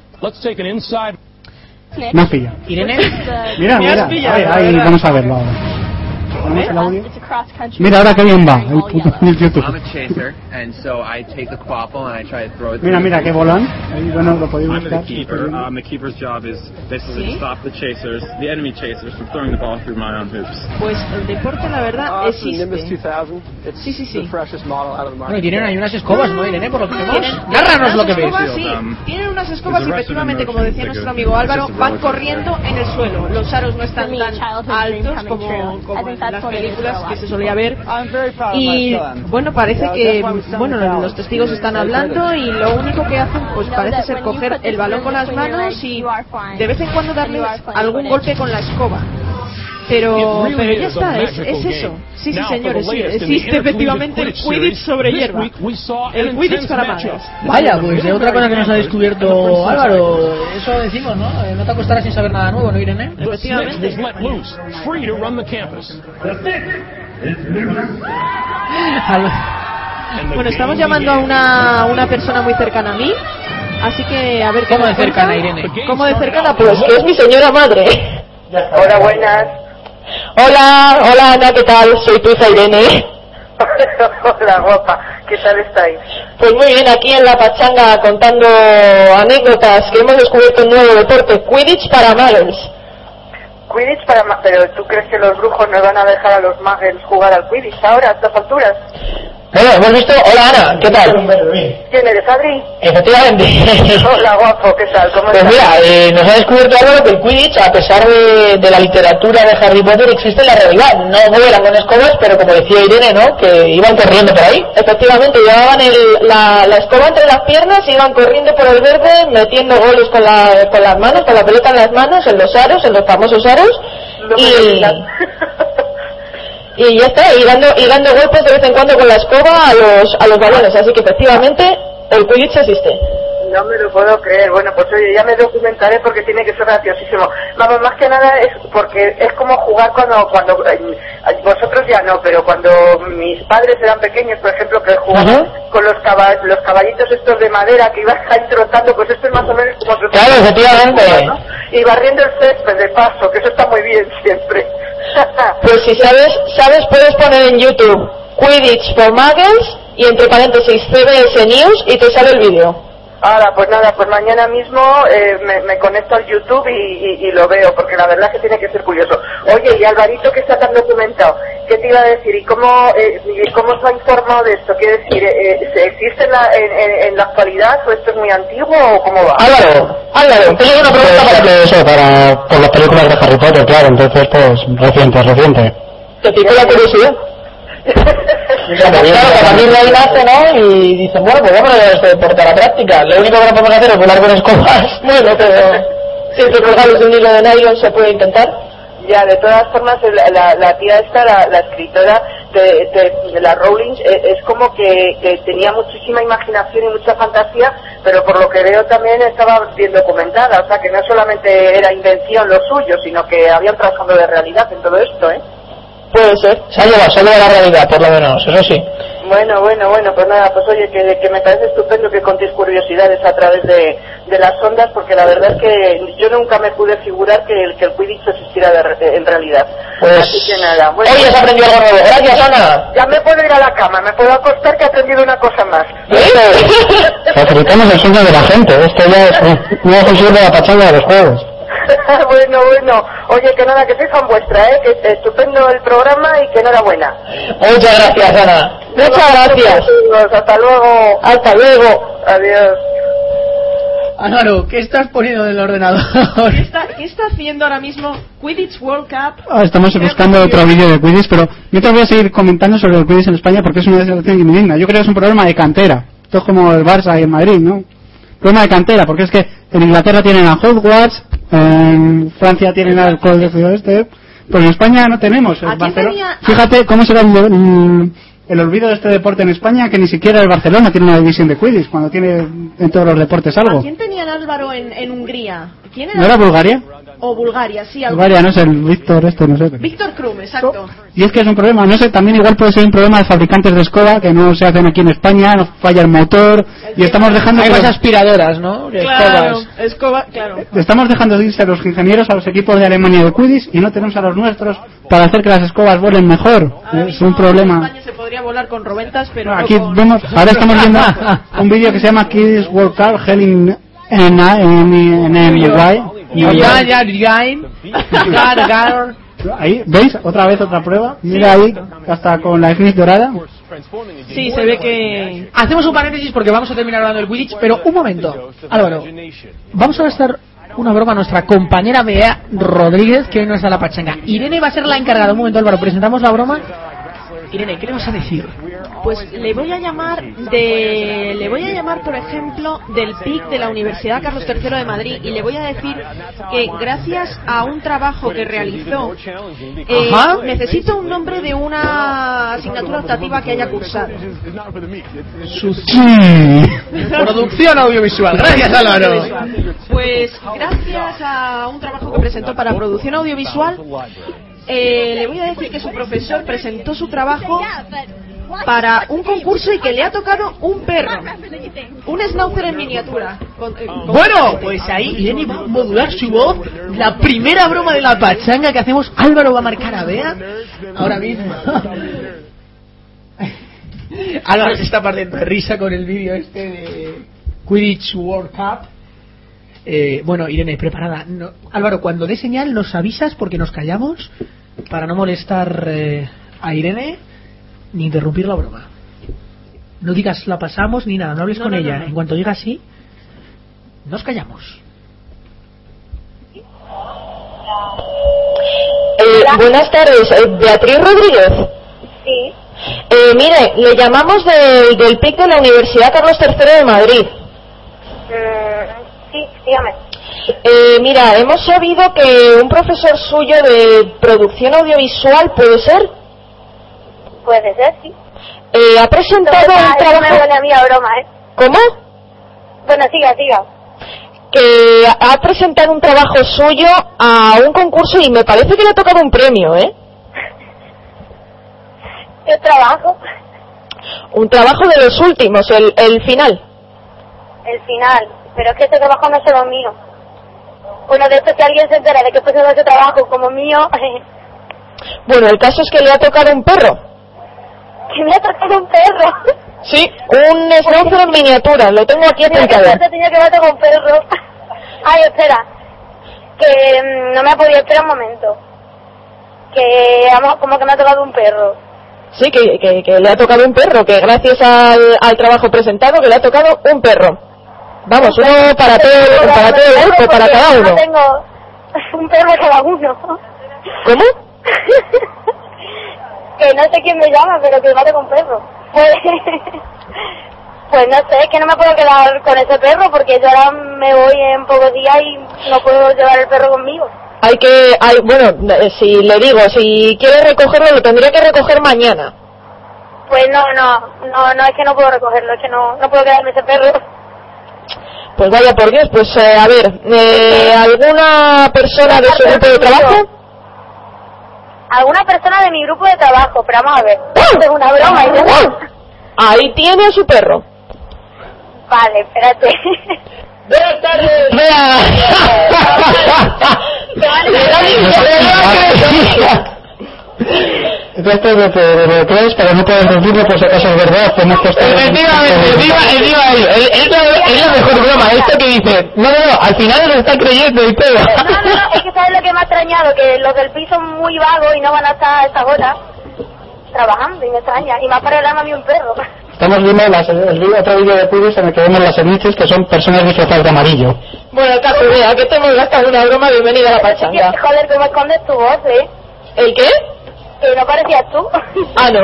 S3: No pilla.
S2: Irene.
S3: Mira,
S4: Me has
S3: mira.
S4: pillado,
S3: Ahí, ahí,
S4: ¿verdad?
S3: vamos a verlo ahora. ¿Ponemos el audio?
S8: It's a cross country.
S3: Mira, ahora que bien va, el
S8: All
S3: puto
S8: yellow.
S3: el YouTube.
S9: I'm a chaser, and so I take the quaffle and I try to throw it.
S3: Mira, mira, qué volan. Ahí, bueno, lo podéis
S9: I'm
S3: buscar.
S9: the keeper. Um, the keeper's job is basically to stop the chasers, the enemy chasers, from throwing the ball through my own hoops.
S4: Pues el deporte, la
S9: Ah,
S4: verdad, existe.
S9: 2000. It's
S4: Sí, sí, sí.
S9: freshest model out of the
S2: Bueno, y tienen ahí unas escobas, ¿no, Irene? ¿eh? Por lo que vemos.
S4: Tienen-
S2: Gárranos lo que
S4: tienen
S2: ves.
S4: unas escobas,
S9: ves.
S4: sí. Tienen unas escobas y
S9: There's a
S4: efectivamente,
S9: Um, rest of
S4: como decía
S9: emotions
S4: nuestro
S9: that
S4: amigo
S9: go-
S4: Álvaro,
S9: it's just a
S4: van
S9: roller
S4: corriendo en el suelo. Los aros no
S8: For
S4: están
S8: me,
S4: tan
S8: childhood dream
S4: altos
S8: coming
S4: como,
S8: true. I
S4: como
S8: think
S4: en
S8: that's what
S4: las
S8: it is for
S4: películas
S8: a lot
S4: que se
S8: of
S4: solía
S8: people.
S4: ver. Y bueno, parece que bueno, los testigos están hablando y lo único que hacen pues parece ser coger el balón con las manos y de vez en cuando darle algún golpe con la escoba. Pero, pero ya está, es, es eso. Sí, sí, señores, sí, existe este, efectivamente el Quidditch sobre hierba. El Quidditch para magos.
S2: Vaya, pues de otra cosa que nos ha descubierto Álvaro. Eso decimos, ¿no? Eh, No te acostarás sin saber nada nuevo, ¿no, Irene?
S4: Efectivamente.
S2: Al-
S4: Bueno, estamos llamando a una, una persona muy cercana a mí, así que a ver qué
S2: ¿Cómo de
S4: nos cuenta.
S2: cercana, Irene?
S4: ¿Cómo de cercana?
S6: Pues
S4: Pues
S6: que es mi señora madre. Hola, buenas.
S5: Hola, hola Ana, ¿qué tal? Soy tu hija Irene.
S6: Hola, guapa. ¿Qué tal estáis?
S5: Pues muy bien, aquí en la pachanga contando anécdotas que hemos descubierto un nuevo deporte, Quidditch para magos.
S6: Quidditch para ma- Pero ¿tú crees que los brujos nos van a dejar a los magos jugar al Quidditch ahora, a estas alturas?
S5: Bueno, hemos visto, hola Ana, ¿qué tal?
S6: ¿Quién eres, Adri? Oh.
S5: Efectivamente.
S6: Hola, guapo. ¿Qué tal? ¿Cómo
S5: Pues
S6: estás?
S5: mira, eh, nos ha descubierto Álvaro que el Quidditch, a pesar de, de la literatura de Harry Potter, existe en la realidad. No vuelan con escobas, pero como decía Irene, ¿no? Que iban corriendo por ahí. Efectivamente, llevaban el- la, la escoba entre las piernas, iban corriendo por el verde, metiendo goles con, la- con las manos, con la pelota en las manos, en los aros, en los famosos aros.
S6: No me
S5: Y,
S6: digas.
S5: y ya está, y dando, y dando golpes de vez en cuando con la escoba a los, a los balones. Así que efectivamente, el Quidditch existe.
S6: No me lo puedo creer. Bueno, pues oye, ya me documentaré porque tiene que ser graciosísimo. Vamos, más que nada es porque es como jugar cuando, cuando eh, vosotros ya no, pero cuando mis padres eran pequeños, por ejemplo, que jugaban
S5: Ajá.
S6: con los, caba- los caballitos estos de madera que ibas ahí trotando, pues esto es más o menos como... se-
S5: Claro, efectivamente.
S6: ¿no? Y barriendo el césped de paso, que eso está muy bien siempre.
S5: Pues si sabes, sabes puedes poner en YouTube Quidditch for Muggles y entre paréntesis CBS News y te sale el vídeo.
S6: Ahora, pues nada, pues mañana mismo eh, me, me conecto al YouTube y, y- y lo veo, porque la verdad es que tiene que ser curioso. Oye, y Alvarito, que está tan documentado, ¿qué te iba a decir? ¿Y cómo, eh, y cómo se ha informado de esto? ¿Qué decir? eh, eh, ¿se- ¿Existe en la, en, en- en la actualidad o esto es muy antiguo o cómo va?
S5: Álvaro, Álvaro, tengo una pregunta para ti. Eh, Eso, para, por las películas de Harry Potter, claro, entonces pues reciente, reciente. Te picó la curiosidad. Claro, que también lo nace, ¿no? Y dicen, bueno, pues vamos a este deporte a la práctica. Lo único que no podemos hacer es volar con escobas. Bueno, pero si te colgamos de un hilo de nylon se puede intentar.
S6: Ya, de todas formas, la, la- la tía esta, la, la escritora de, de- de la Rowling, eh, es como que, que tenía muchísima imaginación y mucha fantasía, pero por lo que veo también estaba bien documentada, o sea que no solamente era invención lo suyo, sino que había un trasfondo de realidad en todo esto, ¿eh?
S5: Puede ser. Se ha llevado solo de la realidad, por lo menos, eso sí.
S6: Bueno, bueno, bueno, pues nada, pues oye, que, que me parece estupendo que contéis curiosidades a través de, de las ondas, porque la verdad es que yo nunca me pude figurar que el, que el Quidditch existiera de re- en realidad.
S5: Pues
S6: Así que nada, bueno.
S5: hoy has aprendido algo nuevo. Gracias, Ana.
S6: Ya me puedo ir a la cama, me puedo acostar que he aprendido una cosa más.
S5: Facilitamos el sueño de la gente. Esto ya es un ojo de la pachanga de los juegos.
S6: bueno, bueno. Oye, que nada, que soy fan vuestra, ¿eh? Que estupendo el programa y que enhorabuena.
S5: Muchas gracias, Ana. Muchas gracias.
S6: Amigos, Pues Hasta luego.
S5: Hasta luego.
S6: Adiós.
S2: Álvaro, ¿qué estás poniendo en el ordenador?
S4: ¿Qué está, ¿Qué está haciendo ahora mismo Quidditch World Cup?
S3: Ah, Estamos buscando otro vídeo de Quidditch, pero mientras voy a seguir comentando sobre el Quidditch en España porque es una desolación indigna. Yo creo que es un problema de cantera. Esto es como el Barça y el Madrid, ¿no? Problema de cantera, porque es que en Inglaterra tienen a Hogwarts, en Francia tienen al Colegio Este, pero en España no tenemos. El
S4: Aquí
S3: Barcelo-
S4: tenía- Ah.
S3: Fíjate cómo será el, el- el olvido de este deporte en España, que ni siquiera el Barcelona tiene una división de Quidditch, cuando tiene en todos los deportes
S4: ¿A
S3: algo.
S4: quién tenían Álvaro en, en Hungría? ¿Quién
S3: ¿No era Bulgaria?
S4: o Bulgaria, sí, algo.
S3: Bulgaria, no es el Víctor este, no sé.
S4: Víctor Krum, exacto.
S3: Y es que es un problema, no sé, también igual puede ser un problema de fabricantes de escoba que no se hacen aquí en España, nos falla el motor y estamos dejando
S2: Hay
S3: que
S2: más
S3: los-
S2: aspiradoras, ¿no? Que
S4: Claro,
S2: escobas.
S4: escoba, claro.
S3: estamos dejando de irse a los ingenieros, a los equipos de Alemania de Quidditch y no tenemos a los nuestros para hacer que las escobas vuelen mejor.
S4: Ahora
S3: Es
S4: mismo
S3: un
S4: En
S3: problema.
S4: España se podría volar con roventas, pero no
S3: Aquí
S4: con-
S3: vemos, ahora estamos viendo un vídeo que se llama Kids World Cup Hell in en en
S2: Ah, Ya, ya, ya. Claro, claro.
S3: Ahí, ¿veis? Otra vez otra prueba. Mira ahí, hasta con la Smith dorada.
S4: Sí, se ve que...
S2: Hacemos un paréntesis porque vamos a terminar hablando del Quidditch, pero un momento. Álvaro, vamos a hacer una broma a nuestra compañera Bea Rodríguez, que hoy no está en la pachanga. Irene va a ser la encargada. Un momento, Álvaro, presentamos la broma. Irene, ¿qué le vas a decir?
S4: Pues le voy a llamar de... Le voy a llamar, por ejemplo, del PIC de la Universidad Carlos III de Madrid y le voy a decir que gracias a un trabajo que realizó eh,
S2: Ajá.
S4: necesito un nombre de una asignatura optativa que haya cursado.
S2: Producción audiovisual. Gracias, Álvaro.
S4: Pues gracias a un trabajo que presentó para producción audiovisual, eh, le voy a decir que su profesor presentó su trabajo para un concurso y que le ha tocado un perro, un schnauzer en miniatura. Con- eh, con-
S2: Bueno, pues ahí Irene va a modular su voz. La primera broma de la pachanga que hacemos, Álvaro va a marcar a Bea ahora mismo. Álvaro se está partiendo de risa con el vídeo este de Quidditch World Cup. Eh, bueno, Irene, preparada. No- Álvaro, cuando dé señal nos avisas porque nos callamos para no molestar eh, a Irene ni interrumpir la broma. No digas la pasamos ni nada, no hables
S4: No,
S2: con
S4: no,
S2: ella.
S4: no, no.
S2: En cuanto diga sí, nos callamos.
S5: Eh, buenas tardes, eh, Beatriz Rodríguez.
S6: Sí.
S5: Eh, mire, le llamamos del, del PIC de la Universidad Carlos III de Madrid.
S6: Mm, sí, dígame.
S5: Eh, mira, hemos sabido que un profesor suyo de producción audiovisual, ¿puede ser?
S6: Puede ser, sí. ah,
S5: Eh, ha presentado un trabajo...
S6: a mí a broma, ¿eh?
S5: ¿Cómo?
S6: Bueno, siga, siga.
S5: Que ha presentado un trabajo suyo a un concurso y me parece que le ha tocado un premio, ¿eh?
S6: Yo trabajo.
S5: Un trabajo de los últimos, el, el final.
S6: El final. Pero es que este trabajo no es solo mío. Bueno, de esto si alguien se entera de que fue solo ese trabajo como mío, que
S5: Bueno, el caso es que le ha tocado un perro.
S6: me ha tocado un perro.
S5: Sí, un schnauzer en miniatura, lo tengo aquí
S6: Mira, que
S5: apuntado.
S6: suerte tenía que matar con perro. Ay, espera. Que mm, no me ha podido, espera un momento. Que vamos, como que me ha tocado un perro.
S5: Sí, que, que, que le ha tocado un perro, que gracias al, al trabajo presentado que le ha tocado un perro. Vamos, uno para todo, para todo el grupo, para cada uno.
S6: No tengo un perro cada uno.
S5: ¿Cómo?
S6: que no sé quién me llama, pero que mate con perro. Pues, pues no sé, es que no me puedo quedar con ese perro porque yo ahora me voy en pocos días y no puedo llevar el perro conmigo.
S5: Hay que, hay, bueno, eh, si le digo, si quiere recogerlo, lo tendría que recoger mañana.
S6: Pues no, no, no, no es que no puedo recogerlo, es que no, no puedo quedarme ese perro.
S5: Pues vaya por Dios, pues eh, a ver, eh, ¿alguna persona de su grupo de trabajo?
S6: Alguna persona de mi grupo de trabajo, pero vamos a ver. Esto es una broma. ¿eh? y yo-
S5: Ahí tiene a su perro.
S6: Vale, espérate.
S5: Buenas tardes.
S10: Esto es lo que, lo que es, pero no puedes decirlo por si acaso es verdad. Tenemos que estar...
S11: Efectivamente, viva, eh, viva él. Eh, Es la, es la mejor broma,
S6: este
S11: esto que dice. No, no, no, al final lo está creyendo y todo.
S6: No, no, no, es que sabes lo que me ha extrañado, que los del piso son muy vagos y no van a estar a estas horas trabajando y me extraña. Y más para regalarme a mí un perro.
S10: Estamos viendo las- el vídeo- otro vídeo de Pibis en el que vemos las servicios que son personas disfrazadas de amarillo.
S5: Bueno, el caso, vea, que te hemos gastado una broma, bienvenida a la
S6: Así que,
S5: pachanga.
S6: joder, cómo escondes tu voz, ¿eh?
S5: ¿El qué?
S6: Que no parecías tú.
S5: Ah, no.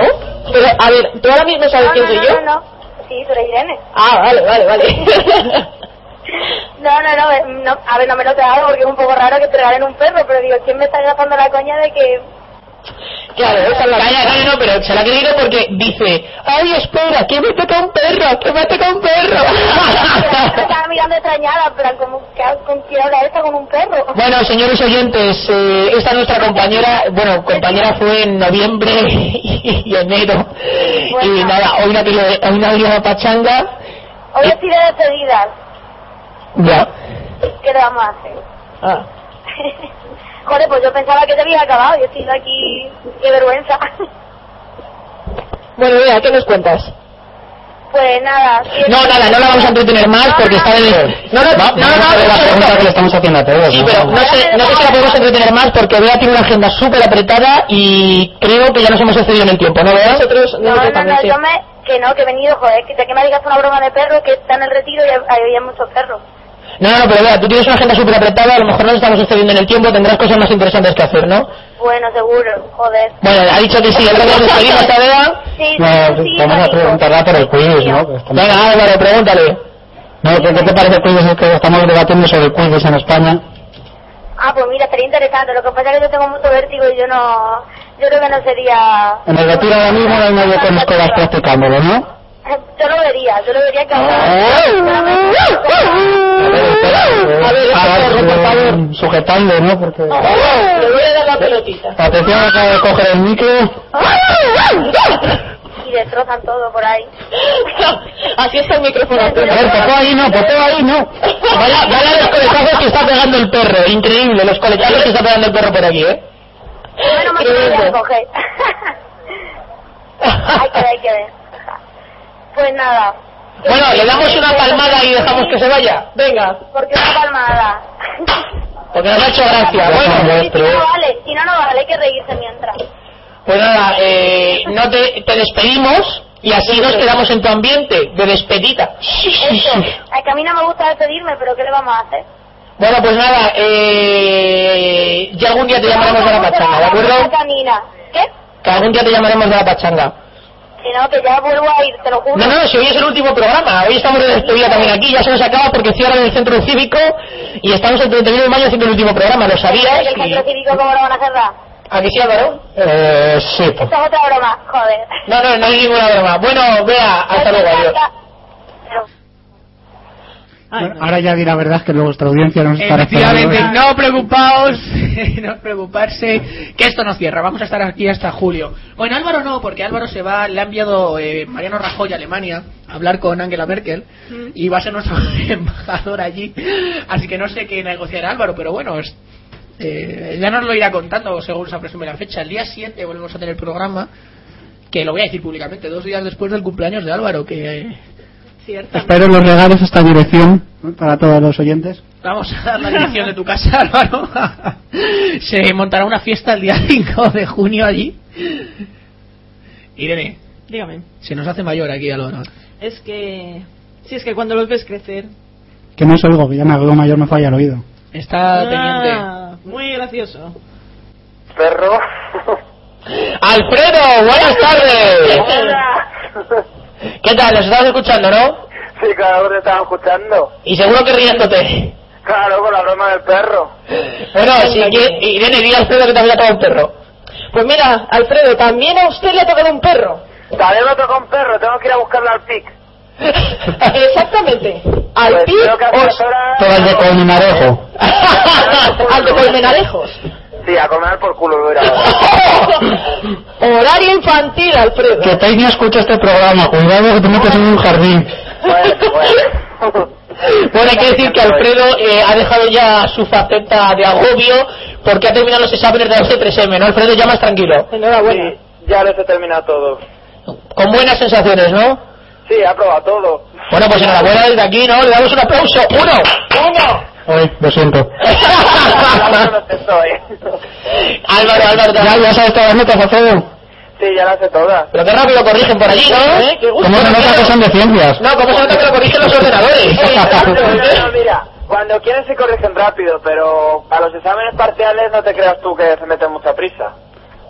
S5: Pero, a ver, ¿tú ahora mismo sabes
S6: No,
S5: quién
S6: no,
S5: soy
S6: no,
S5: yo?
S6: no, no. Sí, tú eres Irene.
S5: Ah, vale, vale, vale.
S6: No, no, no, eh, no, a ver, no me lo he tragado porque es un poco raro que te regalen un perro, pero digo, ¿quién me está gastando la coña de que Claro, esa es la Calla, calla, no, pero se la ha creído porque dice, ay, espera, que me toca un perro, que me ha tocado un perro.
S5: Me estaba mirando extrañada, en plan, ¿cómo, qué, ¿con quién habla esta con un perro?
S6: Bueno, señores oyentes, eh, esta es nuestra compañera, bueno, compañera fue en noviembre y enero. Y nada, hoy una, pila de- hoy una, pila de pachanga.
S5: Hoy estoy de despedidas.
S6: Ya.
S5: ¿Qué le vamos a hacer?
S6: Ah.
S5: Joder, pues yo pensaba que te había acabado. Yo estoy aquí. Qué vergüenza.
S12: Bueno, vea, ¿qué nos cuentas?
S5: Pues nada. sí,
S6: No, nada, no la vamos a entretener más porque está de... No, no, no, no, no,
S3: la
S6: no,
S3: pregunta
S6: no,
S3: que le estamos haciendo a todos.
S6: Sí,
S3: ¿no?
S6: pero no sé, no sé si la podemos entretener más porque Bea tiene una agenda súper apretada y creo que ya nos hemos excedido en el tiempo, ¿no, Bea?
S12: Nosotros,
S5: No, no, no, yo me. Que no, que he venido, joder, que, que me digas una broma de perro, que está en el retiro y hay, hay muchos perros.
S6: No, no, no, pero Bea, tú tienes una agenda súper apretada, a lo mejor nos estamos excediendo en el tiempo, tendrás cosas más interesantes que hacer, ¿no?
S5: Bueno, seguro, joder.
S6: Bueno, ha dicho que sí, entonces despedimos a Bea.
S5: Sí,
S3: No, pues,
S5: sí,
S3: vamos a
S5: sí,
S3: preguntarla por el quiz, ¿no? Que estamos-
S6: Venga, Álvaro, pregúntale.
S3: No, ¿qué, qué te parece el quiz? Es que estamos debatiendo sobre el quiz en España.
S5: Ah, pues mira, sería interesante. Lo que pasa es que yo tengo mucho vértigo y yo no. Yo creo que no sería.
S3: En el retiro ahora mismo no hay nadie con escolas practicándolo, ¿no? Ah.
S5: Yo lo vería, yo lo vería que
S3: A ver, por favor. eh, ah, Sujetando, ¿no? Porque...
S12: Le voy a dar la pelotita.
S3: Atención, acaba de coger el micro.
S5: Y destrozan todo por ahí.
S12: Así está el micrófono.
S3: A ver, popó ahí no, popó ahí no.
S6: Vaya, vaya los coletazos que está pegando el perro, increíble, los coletazos que está pegando el perro por aquí, ¿eh?
S5: Bueno, más que lo voy a coger. Hay que ver, hay que ver. Pues nada.
S6: Bueno, le damos una palmada y dejamos que se vaya. Venga,
S5: Porque una palmada. pues,
S6: porque nos ha hecho gracia.
S5: Y si no
S6: Bueno,
S5: vale, si no, no vale, hay que reírse mientras.
S6: pues nada, eh, no te, te despedimos y así nos quedamos en tu ambiente de despedida.
S5: Eso. Es que a mí no me gusta despedirme, pero ¿qué le vamos a hacer?
S6: Bueno, pues nada, eh, ya algún día te llamaremos de la pachanga, ¿de
S5: La
S6: acuerdo?
S5: canina. ¿Qué?
S6: Que algún día te llamaremos de la pachanga.
S5: Si no, que ya vuelvo a ir, te lo juro.
S6: No, no, si hoy es el último programa, hoy estamos de despedida también aquí, ya se nos acaba porque cierran el centro cívico y estamos el 31 de mayo haciendo el último programa, lo sabías.
S5: ¿El
S6: Y...
S5: centro cívico cómo lo van a cerrar?
S6: ¿A que sí, Álvaro?
S3: Eh, sí, pues.
S5: Esta es otra broma, joder.
S6: No, no, no hay ninguna broma. Bueno, vea, hasta luego, adiós.
S3: Bueno, ahora ya di la verdad que luego nuestra audiencia nos estará
S2: Efectivamente,
S3: esperando.
S2: no preocupaos, no preocuparse, que esto no cierra, vamos a estar aquí hasta julio. Bueno, Álvaro no, porque Álvaro se va, le ha enviado eh, Mariano Rajoy a Alemania a hablar con Angela Merkel y va a ser nuestro embajador allí, así que no sé qué negociará Álvaro, pero bueno, es- eh, ya nos lo irá contando según se aproxime la fecha. El día 7 volvemos a tener programa, que lo voy a decir públicamente, dos días después del cumpleaños de Álvaro, que... eh,
S4: Cierto.
S3: Espero los regalos a esta dirección ¿no? para todos los oyentes.
S2: Vamos a dar la dirección de tu casa, Álvaro. Se montará una fiesta el día 5 de junio allí. Irene,
S4: Dígame.
S2: se nos hace mayor aquí, Álvaro.
S4: Es que. Sí, es que cuando los ves crecer.
S3: Que no es algo que ya me hago mayor, me falla el oído.
S13: Ah.
S2: Está teniente.
S4: Ah, muy gracioso.
S13: Perro.
S6: Alfredo, buenas tardes.
S13: Hola.
S6: ¿Qué tal? ¿Nos estás escuchando, no?
S13: Sí, claro, te estaba escuchando.
S6: Y seguro que riéndote.
S13: Claro, con la broma del perro.
S6: Bueno, si quieres, Irene, dile a Alfredo que te había tocado un perro.
S12: Pues mira, Alfredo, también a usted le ha tocado un perro.
S13: También me toca un perro, tengo que ir a buscarlo al pic.
S12: Exactamente. Al
S13: Pues
S12: PIC
S13: creo que hace unas
S12: os...
S13: horas-
S3: Todas de colmenarejo.
S12: Al de Colmenarejos.
S13: Sí, a comer por culo lo irá.
S12: Horario infantil, Alfredo.
S3: Que Tania escucha este programa, cuidado que te metes en un jardín.
S13: Bueno, bueno.
S6: Bueno, hay que decir que Alfredo eh, ha dejado ya su faceta de agobio porque ha terminado los exámenes de la C3M, ¿no? Alfredo, ya más tranquilo.
S12: Enhorabuena.
S13: Sí, ya les he terminado todo.
S6: Con buenas sensaciones, ¿no?
S13: Sí, ha probado todo.
S6: Bueno, pues enhorabuena desde aquí, ¿no? Le damos un aplauso. ¡Uno! ¡Uno!
S3: Oye, lo siento.
S13: Ya lo estoy.
S6: Álvaro, Álvaro, te-
S3: Ya, ya sabes todas las notas, Alfredo.
S13: Sí, ya las sé todas.
S6: Pero qué rápido corrigen por allí, ¿no? ¿Eh? Qué gusto.
S3: ¿Cómo se nota que son de ciencias?
S6: No, ¿cómo se nota que lo corrigen los ordenadores?
S13: Exacto, no, no, mira, cuando quieren se corrigen rápido, pero a los exámenes parciales no te creas tú que se meten mucha prisa.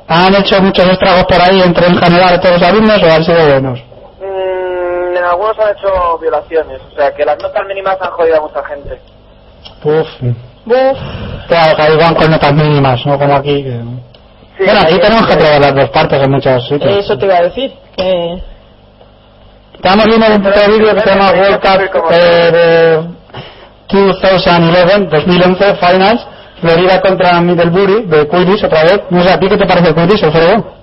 S3: Han hecho muchos estragos por ahí entre en general todos los alumnos o han sido buenos.
S13: Mm, en algunos han hecho violaciones, o sea que las notas mínimas han jodido a mucha gente.
S3: Uf. Claro, que ahí van con notas mínimas, no como aquí. que-
S5: bueno, aquí tenemos que probar las dos partes en muchos sitios.
S8: Eso te iba a decir. Que...
S5: Estamos viendo un puto vídeo que se llama World Cup eh, de 2011, 2011 Finals, Florida contra Middlebury, de Quidditch otra vez. No sé, ¿a ti qué te parece el Quidditch, Alfredo?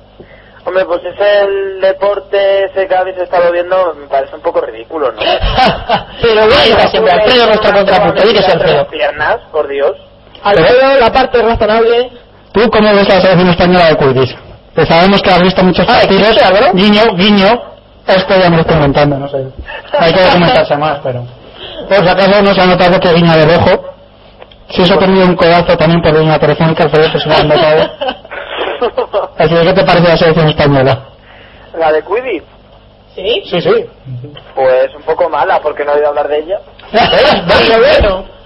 S14: Hombre, pues es el deporte ese que habéis estado viendo, me parece un poco ridículo, ¿no?
S15: Pero venga, siempre, Alfredo, nuestro contrapunto, diles, Alfredo.
S14: Las piernas, por Dios.
S8: Alfredo, la parte razonable.
S5: ¿Tú cómo ves la selección española de Quidditch? Pues sabemos que has visto muchos
S15: Ah,
S5: partidos.
S15: ¿existe algo?
S5: guiño, guiño. Esto ya me lo estoy inventando, no sé. Hay que documentarse más, pero... Por si acaso no se ha notado que guiña de rojo. Si eso ha tenido un codazo también por una telefónica, Alfredo, que se lo han notado. Así que, ¿qué te parece la selección española?
S14: ¿La de Quidditch?
S8: ¿Sí?
S5: Sí, sí.
S14: Pues un poco mala, porque no he oído hablar de ella.
S5: bueno, bueno.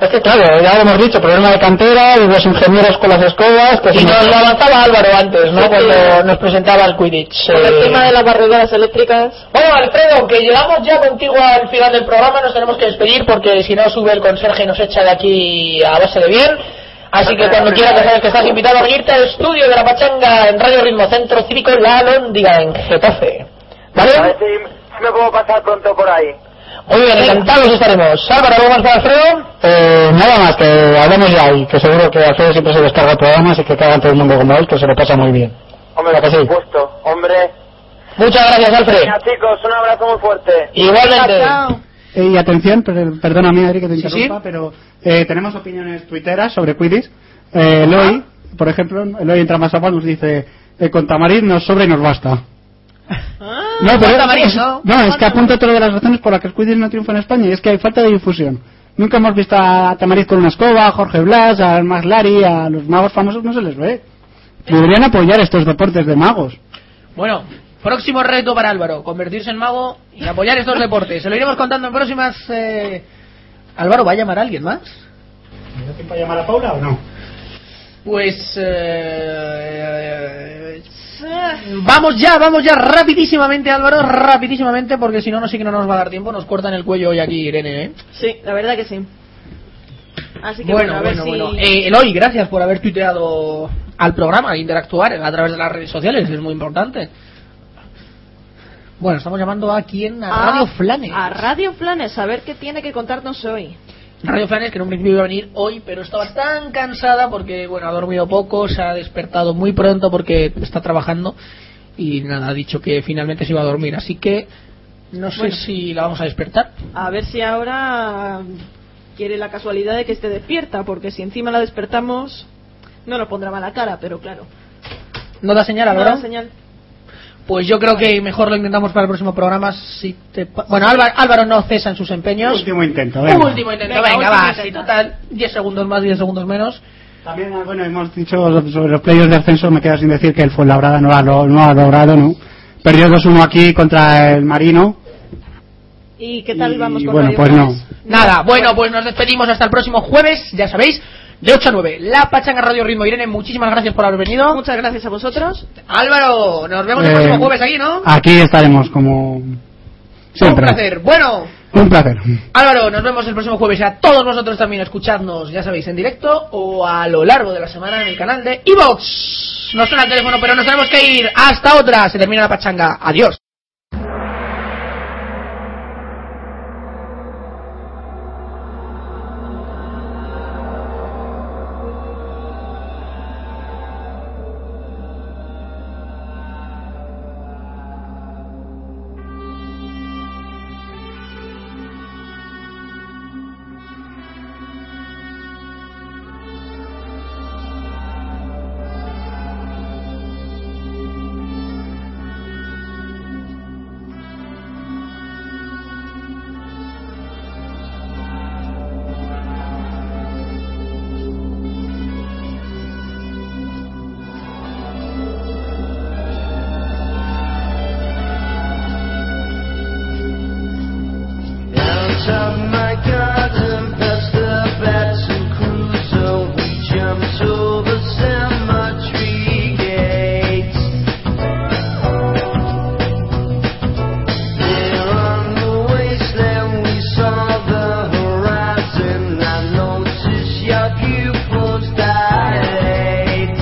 S5: Es que claro, ya lo hemos dicho, problema de cantera, y los ingenieros con las escobas... Que
S8: Pues
S15: Y
S5: se
S15: nos lo avanzaba Álvaro antes, ¿no?
S5: Sí,
S15: Cuando
S5: sí.
S15: nos presentaba el Quidditch.
S8: Con el
S15: eh.
S8: tema de las barredoras eléctricas.
S15: Bueno, Alfredo, que llegamos ya contigo al final del programa, nos tenemos que despedir porque si no sube el conserje y nos echa de aquí a base de bien. Así que cuando quieras, ya sabes
S5: este
S15: que estás invitado a venirte al estudio de la Pachanga en Radio Ritmo Centro Cívico La Lóndiga en Getafe. ¿Vale?
S14: A ver si, si me puedo pasar pronto por ahí.
S15: Muy bien, encantados estaremos. Álvaro, ¿algo más para Alfredo?
S5: Eh, nada más, que hablemos ya y que seguro que Alfredo siempre se descarga programas y que cagan todo el mundo como él, que se lo pasa muy bien.
S14: Hombre,
S5: ¿A que
S14: por
S5: sí?
S14: supuesto. Hombre.
S15: Muchas gracias, Alfredo.
S14: Venga, chicos, un abrazo muy fuerte.
S15: Igualmente.
S3: Eh, y atención, per- perdona a mí, Adri, que te
S15: Sí, sí.
S3: interrumpa, pero eh, tenemos opiniones tuiteras sobre Quidditch. Eh, Eloy, por ejemplo, Eloy entra más nos dice, eh, con Tamariz nos sobra y nos basta. no,
S15: con
S3: pero
S15: Tamariz,
S3: es,
S15: ¿no?
S3: es que apunta otra de las razones por las que el Quidditch no triunfa en España, y es que hay falta de difusión. Nunca hemos visto a Tamariz con una escoba, a Jorge Blas, a Max Lari, a los magos famosos, no se les ve. Deberían apoyar estos deportes de magos.
S2: Bueno, próximo reto para Álvaro, convertirse en mago y apoyar estos deportes. Se lo iremos contando en próximas... eh, Álvaro, ¿va a llamar a alguien más?
S3: tiempo a llamar a Paula o no?
S2: Pues... eh,
S4: Ah,
S2: Vamos ya, vamos ya, rapidísimamente Álvaro, rapidísimamente, porque si no, no sé que no nos va a dar tiempo, nos cortan el cuello hoy aquí Irene, ¿eh?
S4: Sí, la verdad que sí. Así que
S2: Bueno,
S4: bueno, a ver
S2: bueno,
S4: si...
S2: bueno. Eh, Eloy, gracias por haber tuiteado al programa, interactuar a través de las redes sociales, es muy importante. Bueno, estamos llamando a quién? A Radio Flanes.
S4: Ah, A Radio Flanes, a ver qué tiene que contarnos hoy.
S2: Radio Flanes, que en un principio iba a venir hoy, pero estaba tan cansada porque, bueno, ha dormido poco, se ha despertado muy pronto porque está trabajando y nada, ha dicho que finalmente se iba a dormir. Así que no sé
S4: Bueno.
S2: si la vamos a despertar.
S4: A ver si ahora mm, quiere la casualidad de que esté despierta, porque si encima la despertamos, no nos pondrá mala cara, pero claro.
S2: ¿No da señal,
S4: No
S2: Álvaro?
S4: da señal.
S2: Pues yo creo que mejor lo intentamos para el próximo programa. Si te pa- bueno, Álvaro, Álvaro no cesa en sus empeños.
S3: Último intento, venga.
S2: Último intento, venga,
S4: Venga, último
S2: va.
S4: intento.
S2: sí, total, 10 segundos más, 10 segundos menos.
S3: También, ah, bueno, hemos dicho sobre los playoffs de ascenso, me quedo sin decir que el Fuenlabrada no ha, lo- no ha logrado, ¿no? Perdió 2-1 aquí contra el Marino.
S4: ¿Y qué tal
S3: y
S4: vamos con
S3: bueno,
S4: Radio
S3: pues no.
S4: Flanes?
S2: Nada, bueno, pues nos despedimos hasta el próximo jueves, ya sabéis, de 8 a 9. La Pachanga Radio Ritmo. Irene, muchísimas gracias por haber venido.
S4: Muchas gracias a vosotros.
S2: Álvaro, nos vemos el
S3: Eh,
S2: próximo jueves aquí, ¿no?
S3: Aquí estaremos como siempre.
S2: Un placer. Bueno,
S3: Un placer.
S2: Álvaro, nos vemos el próximo jueves. Y A todos vosotros también, escuchadnos, ya sabéis, en directo o a lo largo de la semana en el canal de Evox. Nos suena el teléfono, pero nos tenemos que ir. Hasta otra. Se termina la pachanga. Adiós.
S1: Your pupils dilate.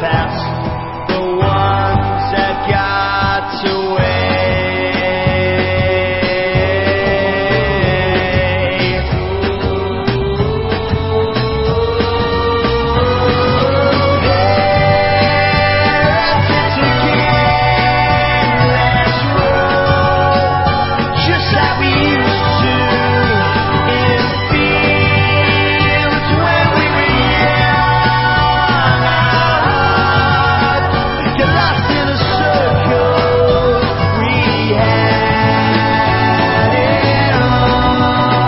S2: past, the ones that got away. Just like we used to in fields when we were young. Get lost in a circle we had it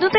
S16: ¿No te